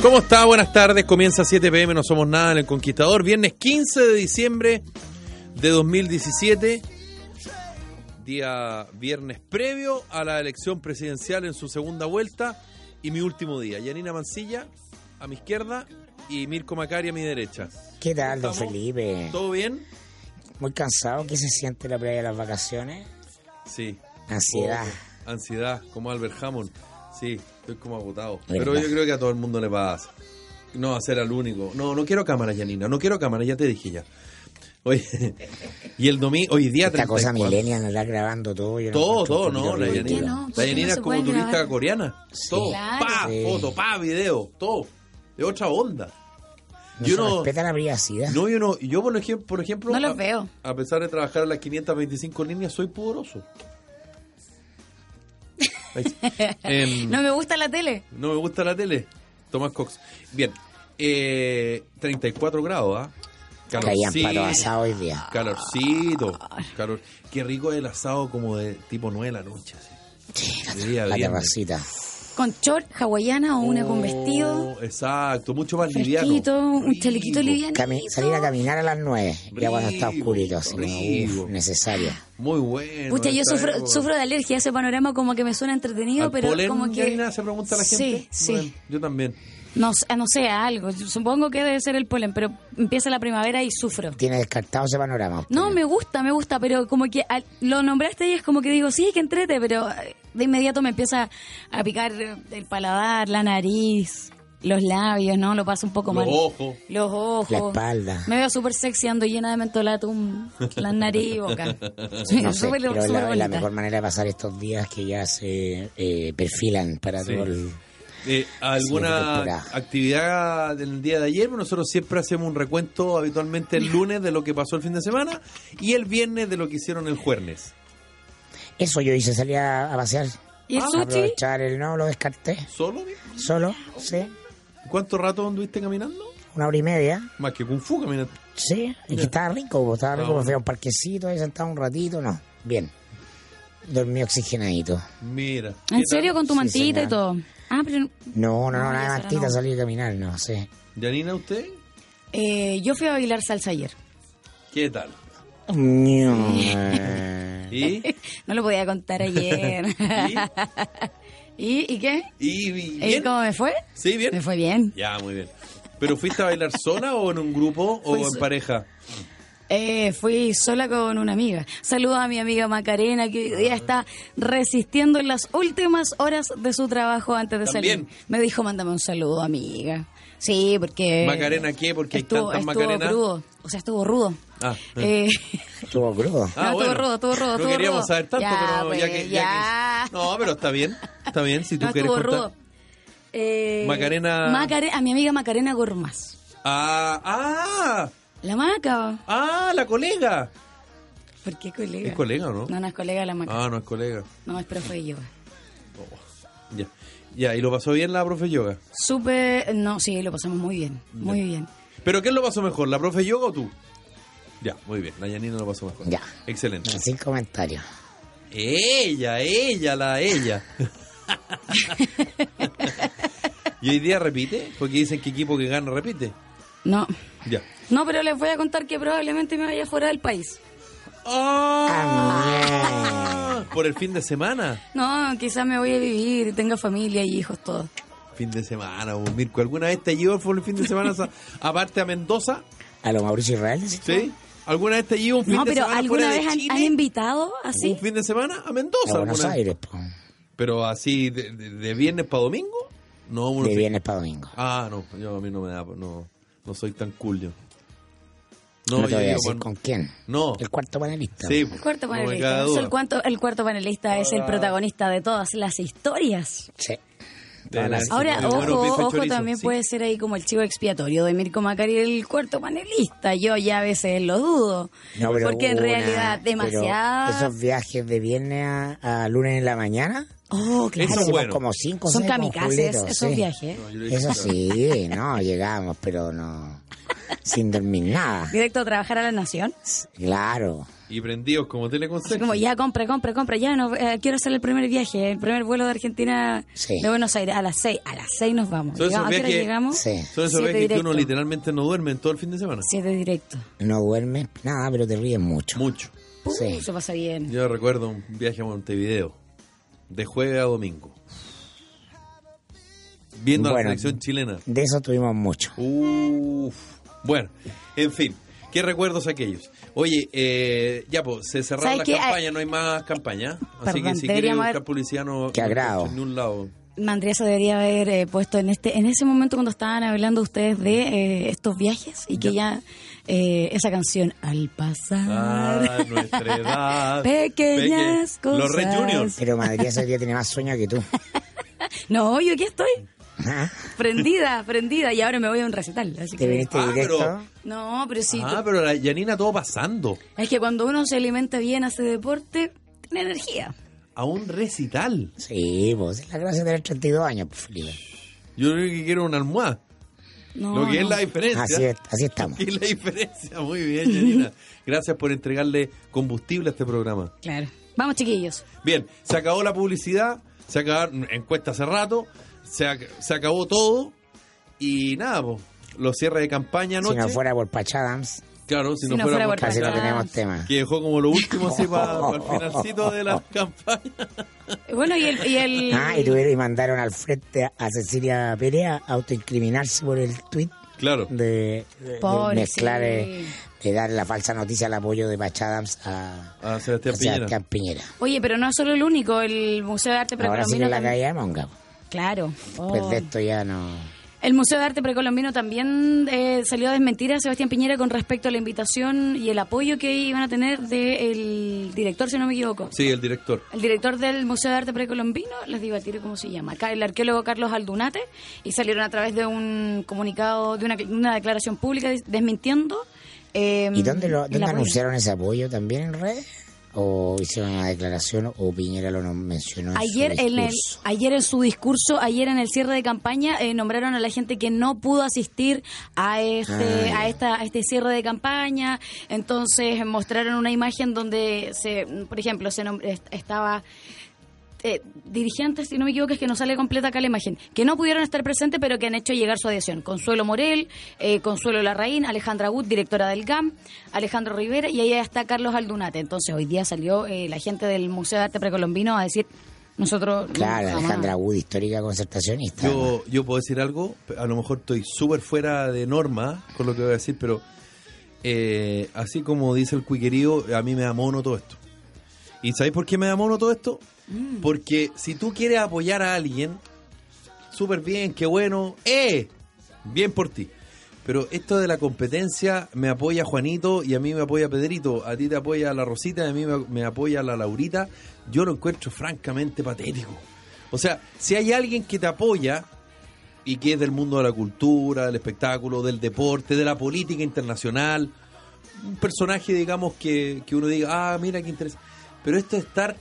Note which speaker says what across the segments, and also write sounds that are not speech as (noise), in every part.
Speaker 1: ¿Cómo está? Buenas tardes. Comienza 7 pm, no somos nada en el Conquistador. Viernes 15 de diciembre de 2017. Día viernes previo a la elección presidencial en su segunda vuelta y mi último día. Yanina Mancilla a mi izquierda y Mirko Macari a mi derecha.
Speaker 2: ¿Qué tal, don
Speaker 1: ¿Estamos?
Speaker 2: Felipe?
Speaker 1: ¿Todo bien?
Speaker 2: Muy cansado, ¿qué se siente la previa de las vacaciones?
Speaker 1: Sí.
Speaker 2: Ansiedad.
Speaker 1: Oh, ansiedad, como Albert Hammond. Sí, estoy como agotado.
Speaker 2: ¿Verdad?
Speaker 1: Pero yo creo que a todo el mundo le pasa. No va a ser al único. No, no quiero cámaras, Janina. No quiero cámaras, ya te dije ya. Oye, (laughs) y el domingo, hoy día
Speaker 2: Esta cosa
Speaker 1: 34.
Speaker 2: millennial nos la grabando todo. Yo lo
Speaker 1: Todo,
Speaker 2: encuentro
Speaker 1: todo,
Speaker 2: un
Speaker 1: no,
Speaker 2: poquito
Speaker 1: la
Speaker 3: ¿Por qué
Speaker 1: Yanina.
Speaker 3: no? ¿Por
Speaker 1: La
Speaker 3: qué
Speaker 1: Yanina
Speaker 3: no
Speaker 1: es
Speaker 3: se
Speaker 1: como
Speaker 3: pueden
Speaker 1: turista
Speaker 3: grabar?
Speaker 1: coreana. Todo,
Speaker 3: Claro.
Speaker 1: pa,
Speaker 2: Sí.
Speaker 1: foto, pa, video, todo. De otra onda.
Speaker 2: No
Speaker 1: yo
Speaker 2: se
Speaker 1: no,
Speaker 2: respeta la privacidad.
Speaker 1: no, yo no, yo por ejemplo, por ejemplo
Speaker 3: No los
Speaker 1: a-
Speaker 3: veo.
Speaker 1: A pesar de trabajar las 525 líneas, soy pudoroso. Ahí sí.
Speaker 3: (laughs)
Speaker 1: Em,
Speaker 3: No me gusta la tele.
Speaker 1: No me gusta la tele. Tomás Cox. Bien. Eh, 34 grados, ¿ah?
Speaker 2: Caían palos
Speaker 1: Calorcito.
Speaker 2: asados hoy día.
Speaker 1: Calorcito. Calor. Qué rico el asado como de tipo 9 de la noche. Así. Sí, Oh,
Speaker 2: La terracita.
Speaker 3: Con short hawaiana o una con vestido.
Speaker 1: Exacto, mucho más Oh, liviano.
Speaker 3: Fresquito, un chalequito
Speaker 1: Rico.
Speaker 3: liviano.
Speaker 2: Cami- salir a caminar a las nueve. Ya cuando está
Speaker 1: Rico,
Speaker 2: oscurito, así como,
Speaker 1: rico.
Speaker 2: uf, necesario.
Speaker 1: Muy bueno.
Speaker 3: Pucha, yo
Speaker 1: esta
Speaker 3: sufro,
Speaker 1: época.
Speaker 3: sufro de alergia. Ese panorama como que me suena entretenido,
Speaker 1: ¿Al
Speaker 3: pero
Speaker 1: polen,
Speaker 3: como que...
Speaker 1: Yanina, se pregunta la gente?
Speaker 3: Sí,
Speaker 1: Bueno,
Speaker 3: sí.
Speaker 1: yo también.
Speaker 3: No, s- no sé, a algo. Yo Supongo que debe ser el polen, pero empieza la primavera y sufro.
Speaker 2: Tiene descartado ese panorama.
Speaker 3: No, me gusta, me gusta, pero como que al- lo nombraste y es como que digo, sí, que entrete, pero eh, de inmediato me empieza a picar eh, el paladar, la nariz, los labios, ¿no? Lo paso un poco
Speaker 1: Los
Speaker 3: mal.
Speaker 1: ojos.
Speaker 3: Los ojos.
Speaker 2: La espalda.
Speaker 3: Me veo súper sexy, ando llena de mentolatum, la nariz y
Speaker 2: (laughs)
Speaker 3: boca. Sí,
Speaker 2: No sé,
Speaker 3: (laughs) súper-
Speaker 2: pero
Speaker 3: súper
Speaker 2: la, la
Speaker 3: bonita.
Speaker 2: mejor manera de pasar estos días que ya se eh, perfilan para
Speaker 1: Sí.
Speaker 2: todo el...
Speaker 1: Eh, ¿Alguna
Speaker 2: Sí, doctora.
Speaker 1: actividad del día de ayer? Nosotros siempre hacemos un recuento habitualmente el lunes de lo que pasó el fin de semana y el viernes de lo que hicieron el jueves.
Speaker 2: Eso yo hice, salí a, a pasear.
Speaker 3: ¿Y el
Speaker 2: A
Speaker 3: sushi?
Speaker 2: Aprovechar el no, lo descarté.
Speaker 1: ¿Solo? mijo?
Speaker 2: Solo, sí.
Speaker 1: ¿Cuánto rato anduviste caminando?
Speaker 2: Una hora y media.
Speaker 1: Más que Kung Fu caminando.
Speaker 2: Sí, y que estaba rico, po, estaba rico,
Speaker 1: Ah,
Speaker 2: me fui a un parquecito, ahí sentado un ratito, no, bien. Dormí oxigenadito.
Speaker 1: Mira. ¿qué
Speaker 3: ¿En
Speaker 1: tal?
Speaker 3: serio? ¿Con tu
Speaker 2: Sí,
Speaker 3: mantita
Speaker 2: señora.
Speaker 3: y todo? Ah, pero...
Speaker 2: No, no, no, nada
Speaker 3: No, ya
Speaker 2: más
Speaker 3: será
Speaker 2: tita,
Speaker 3: no.
Speaker 2: salí a caminar, no, sí.
Speaker 1: ¿Yanina, usted?
Speaker 3: eh, yo fui a bailar salsa ayer.
Speaker 1: ¿Qué tal?
Speaker 2: Eh,
Speaker 1: ¿Y?
Speaker 3: (laughs) No lo podía contar ayer. (laughs)
Speaker 1: ¿Y?
Speaker 3: ¿Y, ¿Y qué?
Speaker 1: ¿Y vi-
Speaker 3: ¿Y
Speaker 1: bien?
Speaker 3: cómo me fue?
Speaker 1: ¿Sí,
Speaker 3: Me
Speaker 1: bien?
Speaker 3: fue bien.
Speaker 1: Ya, muy bien. ¿Pero fuiste a bailar sola o en un grupo o
Speaker 3: Fui
Speaker 1: en
Speaker 3: so-
Speaker 1: pareja?
Speaker 3: Eh, fui sola con una amiga. Saludo a mi amiga Macarena, que hoy día está resistiendo en las últimas horas de su trabajo antes de
Speaker 1: También.
Speaker 3: salir. Me dijo, mándame un saludo, amiga. Sí, porque...
Speaker 1: ¿Macarena qué? Porque hay
Speaker 3: Eh, estuvo,
Speaker 1: tantas
Speaker 3: estuvo
Speaker 1: Macarenas.
Speaker 3: crudo. O sea, estuvo rudo.
Speaker 1: Ah.
Speaker 3: (laughs) Eh,
Speaker 2: (laughs) Estuvo crudo.
Speaker 1: Ah,
Speaker 3: no,
Speaker 1: bueno.
Speaker 3: estuvo rudo, estuvo rudo,
Speaker 1: No
Speaker 3: estuvo
Speaker 1: queríamos
Speaker 3: rudo.
Speaker 1: saber tanto,
Speaker 3: Ya,
Speaker 1: pero ya
Speaker 3: pues,
Speaker 1: que,
Speaker 3: ya.
Speaker 1: que- No, pero está bien, está bien, si tú
Speaker 3: no,
Speaker 1: quieres
Speaker 3: estuvo
Speaker 1: contar.
Speaker 3: rudo. Eh,
Speaker 1: Macarena-
Speaker 3: Macare- a mi amiga Macarena Gormaz.
Speaker 1: Ah, ah,
Speaker 3: La Maca.
Speaker 1: ah, la colega.
Speaker 3: ¿Por qué colega?
Speaker 1: ¿Es colega o no?
Speaker 3: No, no es colega la Maca.
Speaker 1: Ah, no es colega.
Speaker 3: No, es profe de yoga.
Speaker 1: Ya, ya, y lo pasó bien la profe yoga.
Speaker 3: Súper, no, sí, lo pasamos muy bien, muy bien.
Speaker 1: ¿Pero quién lo pasó mejor, la profe yoga o tú? Ya, muy bien, la Yanina lo pasó mejor.
Speaker 2: Ya.
Speaker 1: Excelente.
Speaker 2: Sin comentarios.
Speaker 1: Ella, ella, la
Speaker 3: (laughs)
Speaker 1: ella. y hoy día repite, porque dicen que equipo que gana repite.
Speaker 3: No,
Speaker 1: Ya.
Speaker 3: no, pero les voy a contar que probablemente me vaya fuera del país.
Speaker 1: ¡Ah! Por el fin de semana.
Speaker 3: No, quizás me voy a vivir, tenga familia y hijos, todo.
Speaker 1: Fin de semana, pues, Mirko. ¿Alguna vez te llevó por el fin de semana a- aparte a Mendoza?
Speaker 2: A lo Mauricio Israel,
Speaker 1: ¿Sí? ¿Alguna vez te llevo un fin
Speaker 3: No,
Speaker 1: de
Speaker 3: pero
Speaker 1: semana fuera
Speaker 3: ¿alguna
Speaker 1: de
Speaker 3: vez han,
Speaker 1: Chile?
Speaker 3: han invitado así?
Speaker 1: ¿Un fin de semana? A
Speaker 2: A
Speaker 1: Mendoza.
Speaker 2: Buenos
Speaker 1: alguna vez.
Speaker 2: Aires, po.
Speaker 1: ¿Pero así de, de- de viernes para domingo? No, uno
Speaker 2: de
Speaker 1: se-
Speaker 2: viernes para domingo.
Speaker 1: Ah, no, yo a mí no me da, no, no soy tan cool yo.
Speaker 2: No,
Speaker 1: yo
Speaker 2: te voy a
Speaker 1: digo,
Speaker 2: decir
Speaker 1: bueno,
Speaker 2: con quién.
Speaker 1: no,
Speaker 2: El cuarto panelista.
Speaker 1: sí, pues,
Speaker 3: El cuarto
Speaker 1: no me cabe
Speaker 3: panelista.
Speaker 1: duda. Ah.
Speaker 3: el, cuarto, el cuarto panelista es el protagonista de todas las historias.
Speaker 2: Sí.
Speaker 1: De
Speaker 2: Ahora
Speaker 1: Nancy,
Speaker 2: sí,
Speaker 3: Ahora,
Speaker 1: de Bueno,
Speaker 3: ojo,
Speaker 1: bife
Speaker 3: ojo,
Speaker 1: chorizo,
Speaker 3: también pues.
Speaker 1: sí.
Speaker 3: puede ser ahí como el chivo expiatorio de Mirko Macari, el cuarto panelista. Yo ya a veces lo dudo.
Speaker 2: No, pero
Speaker 3: porque en
Speaker 2: una-
Speaker 3: realidad,
Speaker 2: pero
Speaker 3: demasiado.
Speaker 2: Esos viajes de viernes a, a lunes en la mañana.
Speaker 3: Oh, claro.
Speaker 1: Eso
Speaker 2: hacemos
Speaker 1: bueno.
Speaker 2: como cinco o
Speaker 3: Son
Speaker 2: seis
Speaker 3: kamikazes
Speaker 2: conjuletos,
Speaker 3: esos
Speaker 2: sí.
Speaker 3: viajes.
Speaker 1: No, yo le dije,
Speaker 2: Eso
Speaker 1: claro.
Speaker 2: sí, no, llegamos, pero no. Sin dormir nada.
Speaker 3: Directo a trabajar a la nación.
Speaker 2: Claro.
Speaker 1: Y prendidos como
Speaker 3: Así
Speaker 1: teleconsejo.
Speaker 3: como ya compra, compra, compra, ya no eh, quiero hacer el primer viaje, el primer vuelo de Argentina
Speaker 2: Sí.
Speaker 3: de Buenos Aires a las seis, a las seis nos vamos.
Speaker 1: Son esos
Speaker 3: Llegamos- ¿A qué hora
Speaker 1: viajes-
Speaker 3: llegamos?
Speaker 2: Sí.
Speaker 1: Son esos
Speaker 3: Siete
Speaker 1: veces que uno
Speaker 3: directo.
Speaker 1: literalmente no duerme en todo el fin de semana.
Speaker 3: Siete directo.
Speaker 2: No duermes nada, pero te ríes mucho.
Speaker 1: Mucho.
Speaker 2: Sí.
Speaker 3: Uh, Se pasa bien.
Speaker 1: Yo recuerdo un viaje a Montevideo, de jueves a domingo, viendo
Speaker 2: Bueno.
Speaker 1: la selección chilena.
Speaker 2: De eso tuvimos mucho.
Speaker 1: Uf. Bueno, en fin. ¿Qué recuerdos aquellos? Oye, eh, ya pues, se cerraron
Speaker 3: ¿Sabes
Speaker 1: las
Speaker 3: qué? Ah,
Speaker 1: campañas, no hay más campaña. ¿ah? Así
Speaker 3: Perdón,
Speaker 1: que si quiere
Speaker 3: deberíamos
Speaker 1: buscar
Speaker 3: haber-
Speaker 1: publicidad no,
Speaker 2: Qué
Speaker 1: no
Speaker 2: agrado.
Speaker 1: escucho en ningún lado.
Speaker 3: Mandría se debería haber eh, puesto en este en ese momento cuando estaban hablando ustedes de eh, estos viajes y que ya eh, esa canción al pasar
Speaker 1: Ah, nuestra edad.
Speaker 3: (laughs) pequeñas
Speaker 1: Peque-
Speaker 3: cosas.
Speaker 1: Los Red Juniors.
Speaker 2: Pero Madrid ese día tiene más sueño que tú.
Speaker 3: (laughs)
Speaker 2: (laughs)
Speaker 3: No, yo aquí estoy
Speaker 2: Ajá.
Speaker 3: prendida, prendida y ahora me voy a un recital,
Speaker 2: Te
Speaker 3: así que-
Speaker 2: viniste
Speaker 1: Ah,
Speaker 2: directo.
Speaker 1: pero-
Speaker 3: No, pero sí
Speaker 1: Ah, pero la Yanina todo pasando.
Speaker 3: es que cuando uno se alimenta bien, hace deporte, tiene energía.
Speaker 1: A un recital.
Speaker 2: Sí, pues es la gracia de tener 32 años, pues, Felipe.
Speaker 1: Yo creo que quiero una almohada.
Speaker 3: No,
Speaker 1: lo que es
Speaker 3: no.
Speaker 1: la diferencia. (laughs)
Speaker 2: Así, es- así estamos.
Speaker 1: ¿Qué es la diferencia? Muy bien, Yanina. Gracias por entregarle combustible a este programa.
Speaker 3: Claro. Vamos, chiquillos.
Speaker 1: Bien, se acabó la publicidad, se acabaron encuestas hace rato, se, ac- se acabó todo y nada, po, los cierres de campaña
Speaker 2: Si
Speaker 1: anoche.
Speaker 2: no fuera por Pachadams,
Speaker 1: claro, si, no, fuera, por
Speaker 2: casi no
Speaker 3: Pachadams.
Speaker 2: tenemos tema.
Speaker 1: que dejó como lo último así para
Speaker 2: (laughs)
Speaker 1: el finalcito de la campaña.
Speaker 3: Bueno, y el. Y el
Speaker 2: (laughs) Ah, y, tuvieron, y mandaron al frente a Cecilia Pérez a autoincriminarse por el tuit
Speaker 1: Claro,
Speaker 2: de, de- de
Speaker 3: Pobre,
Speaker 2: mezclar,
Speaker 3: sí.
Speaker 2: eh, de dar la falsa noticia al apoyo de Pachadams a,
Speaker 1: a
Speaker 2: a
Speaker 1: Sebastián Piñera.
Speaker 2: Sebastián Piñera.
Speaker 3: Oye, pero no es solo el único, el Museo de Arte
Speaker 2: Ahora sí que
Speaker 3: Precolombino.
Speaker 2: en la
Speaker 3: también-
Speaker 2: calle de Monga.
Speaker 3: Claro. Oh.
Speaker 2: Pues de esto ya no.
Speaker 3: El Museo de Arte Precolombino también eh, salió a desmentir a Sebastián Piñera con respecto a la invitación y el apoyo que iban a tener del director, si no me equivoco.
Speaker 1: Sí, el director.
Speaker 3: El director del Museo de Arte Precolombino, les digo al tiro cómo se llama, acá el arqueólogo Carlos Aldunate, y salieron a través de un comunicado, de una, una declaración pública des- desmintiendo. eh,
Speaker 2: ¿Y dónde, lo,
Speaker 3: el
Speaker 2: dónde
Speaker 3: apoyo.
Speaker 2: anunciaron ese apoyo? ¿También en redes? ¿O hicieron una declaración o Piñera lo nom- mencionó? en su
Speaker 3: Ayer en, el,
Speaker 2: discurso?
Speaker 3: ayer en su discurso, ayer en el cierre de campaña, eh, nombraron a la gente que no pudo asistir a este,
Speaker 2: Ah, ya.
Speaker 3: a, esta, a este cierre de campaña. Entonces eh, mostraron una imagen donde, se, por ejemplo, se nom- est- estaba eh, dirigentes, si no me equivoco, es que no sale completa acá la imagen, que no pudieron estar presentes, pero que han hecho llegar su adhesión. Consuelo Morel, eh, Consuelo Larraín, Alejandra Gut, directora del GAM, Alejandro Rivera, y ahí está Carlos Aldunate. Entonces, hoy día salió eh, la gente del Museo de Arte Precolombino a decir, nosotros...
Speaker 2: Claro,
Speaker 3: jamás.
Speaker 2: Alejandra Wood, histórica concertacionista.
Speaker 1: Yo, yo puedo decir algo, a lo mejor estoy súper fuera de norma con lo que voy a decir, pero eh, así como dice el cuiquerío, a mí me da mono todo esto. ¿Y sabéis por qué me da mono todo esto? Porque si tú quieres apoyar a alguien, súper bien, qué bueno, ¡eh! Bien por ti. Pero esto de la competencia me apoya Juanito y a mí me apoya Pedrito, a ti te apoya la Rosita y a mí me, me apoya la Laurita. Yo lo encuentro francamente patético. O sea, si hay alguien que te apoya y que es del mundo de la cultura, del espectáculo, del deporte, de la política internacional, un personaje, digamos, que, que uno diga, ah, mira qué interesante. Pero esto de estar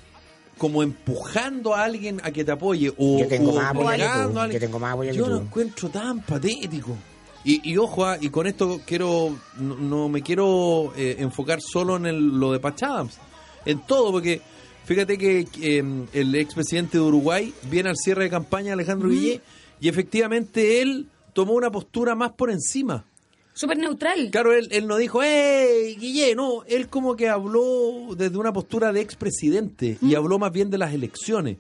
Speaker 1: como empujando a alguien a que te apoye o,
Speaker 2: Yo tengo
Speaker 1: o
Speaker 2: más apoyo que tú,
Speaker 1: obligando a alguien.
Speaker 2: yo tengo más apoyo que
Speaker 1: Yo lo
Speaker 2: tú.
Speaker 1: encuentro tan patético. Y, y ojo, ah, y con esto quiero no, no me quiero eh, enfocar solo en el- lo de Pachadams, en todo, porque fíjate que eh, el expresidente de Uruguay viene al cierre de campaña Alejandro Guillé y efectivamente él tomó una postura más por encima.
Speaker 3: Súper neutral.
Speaker 1: Claro, él, él no dijo, ¡eh, Guille! No, él como que habló desde una postura de expresidente y habló más bien de las elecciones.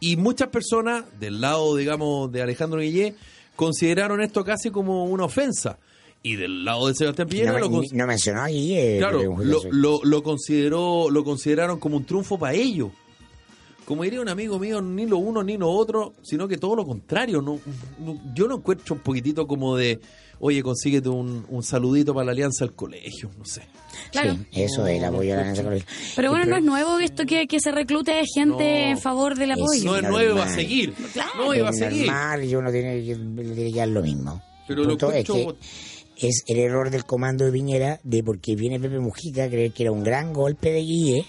Speaker 1: Y muchas personas, del lado, digamos, de Alejandro Guillé, consideraron esto casi como una ofensa. Y del lado de Sebastián Piñera
Speaker 2: No,
Speaker 1: lo
Speaker 2: ni-
Speaker 1: cons-
Speaker 2: no mencionó a Guille.
Speaker 1: Claro,
Speaker 2: porque-
Speaker 1: lo, lo, lo consideró, lo consideraron como un triunfo para ellos. Como diría un amigo mío, ni lo uno ni lo otro, sino que todo lo contrario. No, no- yo lo encuentro un poquitito como de, oye, consíguete un, un saludito para la alianza al colegio, no sé.
Speaker 3: Claro.
Speaker 2: Sí, eso, el apoyo a la alianza colegial.
Speaker 3: Pero bueno,
Speaker 2: El
Speaker 3: no es
Speaker 2: pro-
Speaker 3: nuevo esto que, que se reclute gente
Speaker 1: No.
Speaker 3: en favor del
Speaker 2: Eso
Speaker 3: apoyo.
Speaker 1: No es
Speaker 2: normal.
Speaker 1: nuevo, va a seguir. No, iba a
Speaker 2: es
Speaker 1: seguir.
Speaker 2: normal y uno tiene que, le tiene que dar lo mismo.
Speaker 1: Pero
Speaker 2: El
Speaker 1: lo
Speaker 2: punto es
Speaker 1: escucho-
Speaker 2: que es el error del comando de Piñera de porque viene Pepe Mujica a creer que era un gran golpe de Guille,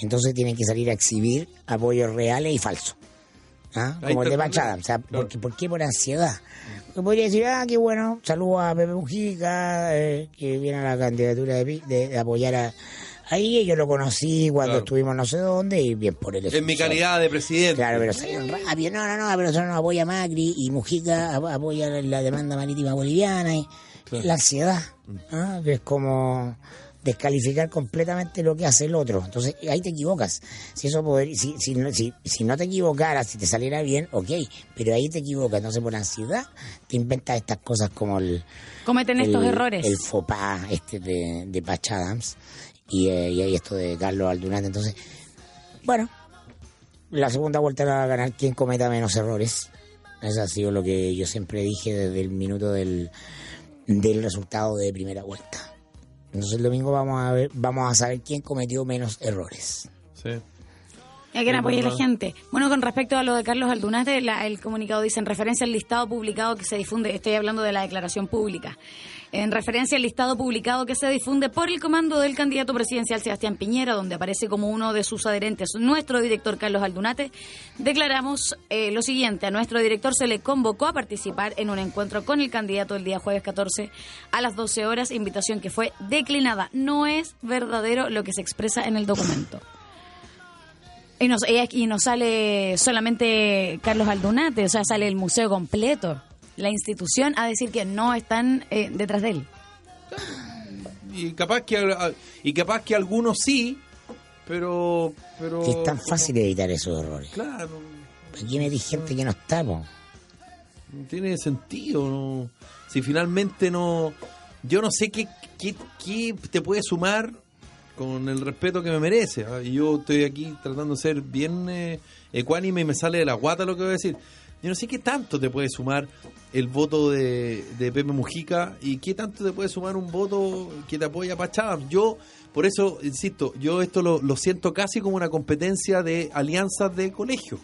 Speaker 2: entonces tienen que salir a exhibir apoyos reales y falsos. ¿Ah?
Speaker 1: Ahí
Speaker 2: Como el
Speaker 1: está
Speaker 2: de
Speaker 1: el
Speaker 2: Machada.
Speaker 1: problema.
Speaker 2: O sea,
Speaker 1: Claro.
Speaker 2: ¿por, qué, por qué por ansiedad? Porque podría decir, ah, qué bueno, saludo a Pepe Mujica, eh, que viene a la candidatura de, Pi- de, de apoyar a... Ahí yo lo conocí cuando
Speaker 1: Claro.
Speaker 2: estuvimos no sé dónde y bien por él. es
Speaker 1: En mi
Speaker 2: un sol.
Speaker 1: calidad de presidente.
Speaker 2: Claro, pero salieron rápido. No, no, no, pero eso no apoya a Macri y Mujica ap- apoya la- la demanda marítima boliviana y
Speaker 1: Claro.
Speaker 2: la ansiedad. ¿ah? Que es como descalificar completamente lo que hace el otro. Entonces ahí te equivocas. Si eso poder- si, si, no- si, si no te equivocaras, si te saliera bien, ok, pero ahí te equivocas. Entonces por ansiedad te inventas estas cosas como el,
Speaker 3: Cometen estos
Speaker 2: el-
Speaker 3: errores.
Speaker 2: El faux pas este de, de Patch Adams y, eh, y hay esto de Carlos Aldunate. Entonces, bueno, la segunda vuelta la va a ganar quien cometa menos errores. Eso ha sido lo que yo siempre dije desde el minuto del, del resultado de primera vuelta. Entonces el domingo vamos a ver, vamos a saber quién cometió menos errores.
Speaker 1: Sí.
Speaker 3: Hay que apoyar a la
Speaker 1: verdad.
Speaker 3: gente. Bueno, con respecto a lo de Carlos Aldunate, la- el comunicado dice, en referencia al listado publicado que se difunde, estoy hablando de la declaración pública, en referencia al listado publicado que se difunde por el comando del candidato presidencial Sebastián Piñera, donde aparece como uno de sus adherentes nuestro director Carlos Aldunate, declaramos eh, lo siguiente, a nuestro director se le convocó a participar en un encuentro con el candidato el día jueves 14 a las 12 horas, invitación que fue declinada. No es verdadero lo que se expresa en el documento. Y nos, y aquí nos sale solamente Carlos Aldunate, o sea, sale el museo completo, la institución, a decir que no están eh, detrás de él.
Speaker 1: Y capaz que a- y capaz que algunos sí, pero pero
Speaker 2: Que es tan fácil evitar esos errores.
Speaker 1: Claro,
Speaker 2: Aquí me di gente que no está, po.
Speaker 1: no tiene sentido, no. Si finalmente no yo no sé qué, qué, qué te puede sumar con el respeto que me merece. ¿ah? Y yo estoy aquí tratando de ser bien eh, ecuánime y me sale de la guata lo que voy a decir. Yo no sé qué tanto te puede sumar el voto de, de Pepe Mujica y qué tanto te puede sumar un voto que te apoya Pachá. Yo, por eso, insisto, yo esto lo, lo siento casi como una competencia de alianzas de colegio.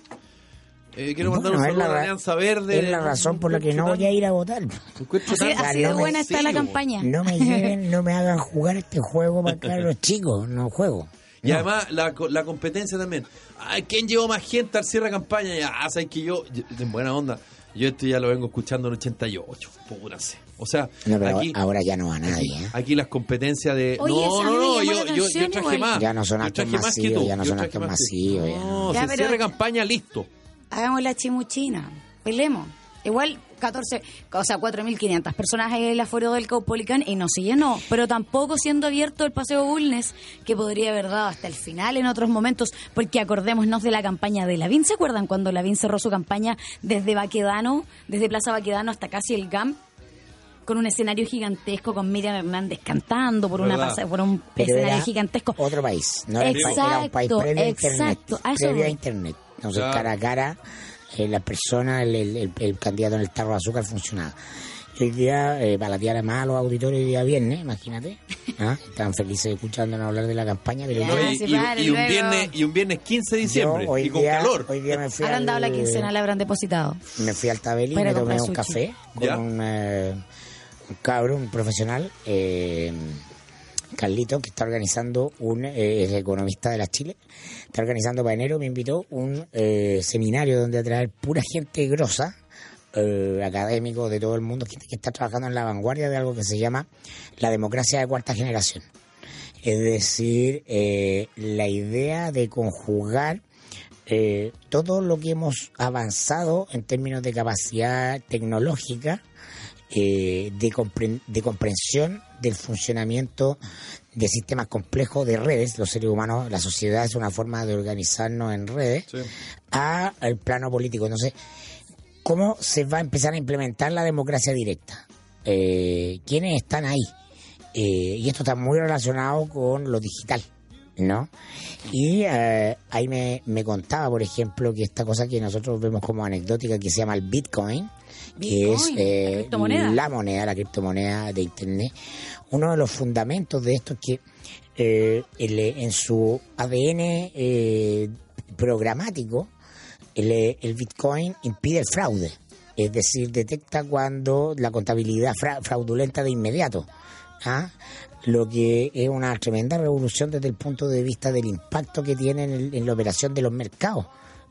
Speaker 1: Eh, quiero mandar
Speaker 2: Bueno,
Speaker 1: un
Speaker 2: es
Speaker 1: saludo a
Speaker 2: ra-
Speaker 1: la Alianza Verde.
Speaker 2: Es la razón por la que no
Speaker 1: Encuentro
Speaker 2: voy a
Speaker 1: tan-
Speaker 2: ir a votar. po.
Speaker 1: encuentro
Speaker 3: Así,
Speaker 1: tan-
Speaker 3: así de
Speaker 2: Carlos,
Speaker 3: buena está la
Speaker 1: sencillo.
Speaker 3: campaña.
Speaker 2: No me lleven, no me hagan jugar este juego para acá los chicos, no juego.
Speaker 1: Y además la, co- la competencia también. Ay, ¿Quién llevó más gente al cierre de campaña? Ya, ah, sabes que yo, yo- en buena onda, yo esto ya lo vengo escuchando en 88. Púrase. O sea,
Speaker 2: No, pero
Speaker 1: aquí,
Speaker 2: ahora ya no va nadie. ¿eh?
Speaker 1: aquí las competencias de.
Speaker 3: Oye,
Speaker 1: no,
Speaker 3: esa a mí
Speaker 1: no,
Speaker 3: me
Speaker 1: no,
Speaker 3: llamó
Speaker 1: yo,
Speaker 3: la
Speaker 1: yo, yo
Speaker 3: atención
Speaker 1: traje
Speaker 3: igual.
Speaker 1: más.
Speaker 2: Ya no son
Speaker 1: Yo
Speaker 2: actos
Speaker 1: traje más que
Speaker 2: masivos,
Speaker 1: tú,
Speaker 2: ya no
Speaker 1: yo
Speaker 2: son
Speaker 1: traje más
Speaker 2: actos
Speaker 1: que-
Speaker 2: masivos, ya
Speaker 1: No,
Speaker 2: no.
Speaker 1: si
Speaker 3: Ya,
Speaker 1: el
Speaker 3: pero-
Speaker 1: cierre de campaña, listo.
Speaker 3: Hagamos la chimuchina, pelemos. Igual 14, o sea, 4.500 personas en el aforo del Caupolicán y no se llenó, pero tampoco siendo abierto el paseo Bulnes, que podría haber dado hasta el final en otros momentos, porque acordémonos de la campaña de Lavín. ¿Se acuerdan cuando Lavín cerró su campaña desde Baquedano, desde Plaza Baquedano hasta casi el GAM? Con un escenario gigantesco, con Miriam Hernández cantando por, una
Speaker 1: Verdad.
Speaker 3: pasa- por un
Speaker 2: Pero
Speaker 3: escenario
Speaker 2: era
Speaker 3: gigantesco.
Speaker 2: Otro país, no era, el país,
Speaker 3: Exacto,
Speaker 2: era un país previo a internet.
Speaker 3: exacto, a eso
Speaker 2: previo a
Speaker 3: voy.
Speaker 2: internet. Entonces,
Speaker 1: Claro.
Speaker 2: cara a cara, eh, la persona, el, el- el- el candidato en el tarro de azúcar funcionaba. Y hoy día, eh, para la tía más a los auditorios hoy día viernes,
Speaker 3: (laughs)
Speaker 2: imagínate. ¿ah? Estaban felices escuchándonos hablar de la campaña, pero
Speaker 3: Ya,
Speaker 1: No,
Speaker 2: yo-
Speaker 1: y,
Speaker 3: sí,
Speaker 1: y-
Speaker 3: vale,
Speaker 1: y un
Speaker 3: luego.
Speaker 1: viernes, y un viernes 15 de diciembre.
Speaker 2: yo hoy
Speaker 1: y con
Speaker 2: día,
Speaker 1: calor.
Speaker 2: hoy día me fui
Speaker 3: Habrán dado la
Speaker 2: al-
Speaker 3: quincena, la habrán depositado.
Speaker 2: me fui al Tabeli y
Speaker 3: Para
Speaker 2: me tomé
Speaker 3: comprar
Speaker 2: un
Speaker 3: sushi.
Speaker 2: café con
Speaker 1: ¿Ya?
Speaker 2: un, eh, un cabro, un profesional, eh, Carlito, que está organizando un eh, es economista de las Chile, está organizando para enero, me invitó un eh, seminario donde va a traer pura gente grosa, eh, académicos de todo el mundo, gente que está trabajando en la vanguardia de algo que se llama la democracia de cuarta generación. Es decir, eh, la idea de conjugar eh, todo lo que hemos avanzado en términos de capacidad tecnológica, eh, de, compren- de comprensión del funcionamiento de sistemas complejos de redes, los seres humanos, la sociedad es una forma de organizarnos en redes,
Speaker 1: Sí.
Speaker 2: a al plano político. Entonces, ¿cómo se va a empezar a implementar la democracia directa? eh, quiénes están ahí. Eh, y esto está muy relacionado con lo digital, ¿no? Y eh, ahí me, me contaba, por ejemplo, que esta cosa que nosotros vemos como anecdótica que se llama el Bitcoin, que es
Speaker 3: Bitcoin,
Speaker 2: eh,
Speaker 3: la criptomoneda.
Speaker 2: la moneda, la criptomoneda de Internet, uno de los fundamentos de esto es que eh, el- en su ADN eh, programático, el, eh, el Bitcoin impide el fraude. Es decir, detecta cuando la contabilidad fra- fraudulenta de inmediato. ¿ah? Lo que es una tremenda revolución desde el punto de vista del impacto que tiene en, el- en la operación de los mercados,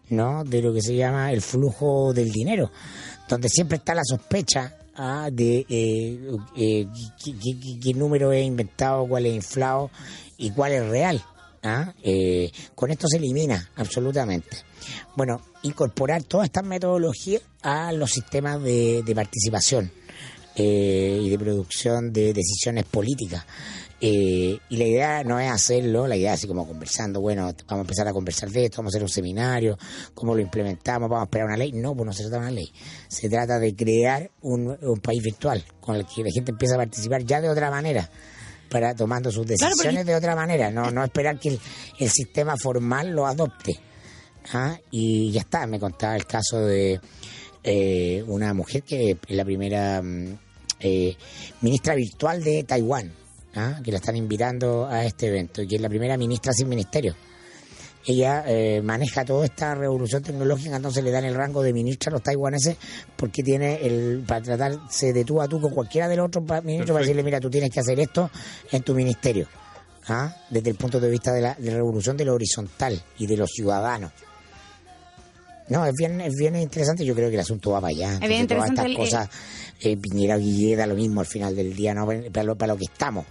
Speaker 2: ¿no? De lo que se llama el flujo del dinero, donde siempre está la sospecha ¿ah? de eh, eh, qué- qué- qué- qué número es inventado, cuál es inflado y cuál es real. ¿ah? Eh, con esto se elimina absolutamente. Bueno, incorporar todas estas metodologías a los sistemas de, de participación eh, y de producción de decisiones políticas. Eh, y la idea no es hacerlo, la idea es así como conversando, bueno, vamos a empezar a conversar de esto, vamos a hacer un seminario, cómo lo implementamos, vamos a esperar una ley. No, pues no se trata de una ley, se trata de crear un, un país virtual con el que la gente empieza a participar ya de otra manera para tomando sus
Speaker 3: Claro,
Speaker 2: decisiones
Speaker 3: porque-
Speaker 2: de otra manera, no, no esperar que el, el sistema formal lo adopte. Ah, Y ya está, me contaba el caso de eh, una mujer que es la primera mm, eh, ministra virtual de Taiwán, ah, que la están invitando a este evento, y que es la primera ministra sin ministerio. Ella eh, maneja toda esta revolución tecnológica, entonces le dan el rango de ministra a los taiwaneses porque tiene el para tratarse de tú a tú con cualquiera del otro pa- ministro
Speaker 1: Perfecto.
Speaker 2: para decirle, mira, tú tienes que hacer esto en tu ministerio. ¿ah? Desde el punto de vista de la, de la revolución de lo horizontal y de los ciudadanos. No, es bien, es bien interesante. Yo creo que el asunto va para allá.
Speaker 3: bien
Speaker 2: Entonces, todas estas
Speaker 3: interesante el-
Speaker 2: cosas, eh, Piñera Guilleda, lo mismo al final del día, ¿no? Para lo, para lo que estamos,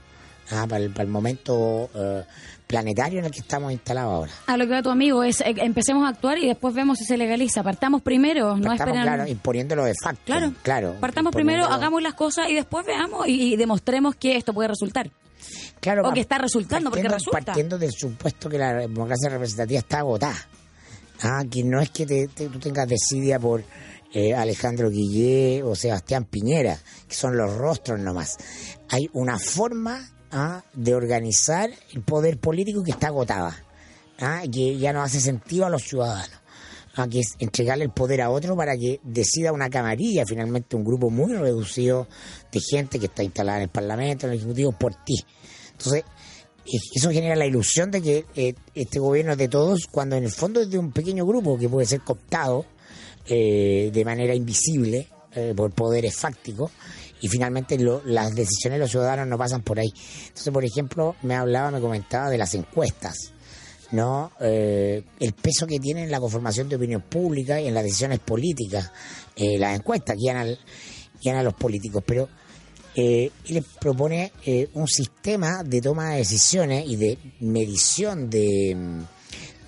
Speaker 2: ah, para, el, para el momento eh, planetario en el que estamos instalados ahora.
Speaker 3: A lo que va tu amigo es eh, empecemos a actuar y después vemos si se legaliza. Partamos primero, no
Speaker 2: Estamos,
Speaker 3: esperan.
Speaker 2: claro, imponiéndolo de facto.
Speaker 3: Claro.
Speaker 2: claro
Speaker 3: Partamos primero,
Speaker 2: imponiéndolo-
Speaker 3: hagamos las cosas y después veamos y, y demostremos que esto puede resultar.
Speaker 2: Claro,
Speaker 3: o
Speaker 2: va-
Speaker 3: que está resultando, porque resulta.
Speaker 2: Partiendo del supuesto que la democracia representativa está agotada. Ah, que no es que te- te- tú tengas desidia por eh, Alejandro Guillé o Sebastián Piñera, que son los rostros nomás. Hay una forma ah, de organizar el poder político que está agotada, ah, y que ya no hace sentido a los ciudadanos. Ah, que es entregarle el poder a otro para que decida una camarilla, finalmente un grupo muy reducido de gente que está instalada en el Parlamento, en el Ejecutivo, por ti. Entonces, eh, eso genera la ilusión de que eh, este gobierno es de todos, cuando en el fondo es de un pequeño grupo que puede ser cooptado eh, de manera invisible eh, por poderes fácticos. Y finalmente lo- las decisiones de los ciudadanos no pasan por ahí. Entonces, por ejemplo, me hablaba, me comentaba de las encuestas. ¿no? Eh, el peso que tienen en la conformación de opinión pública y en las decisiones políticas, eh, las encuestas guían, al, guían a los políticos, pero eh, él propone eh, un sistema de toma de decisiones y de medición de, mm,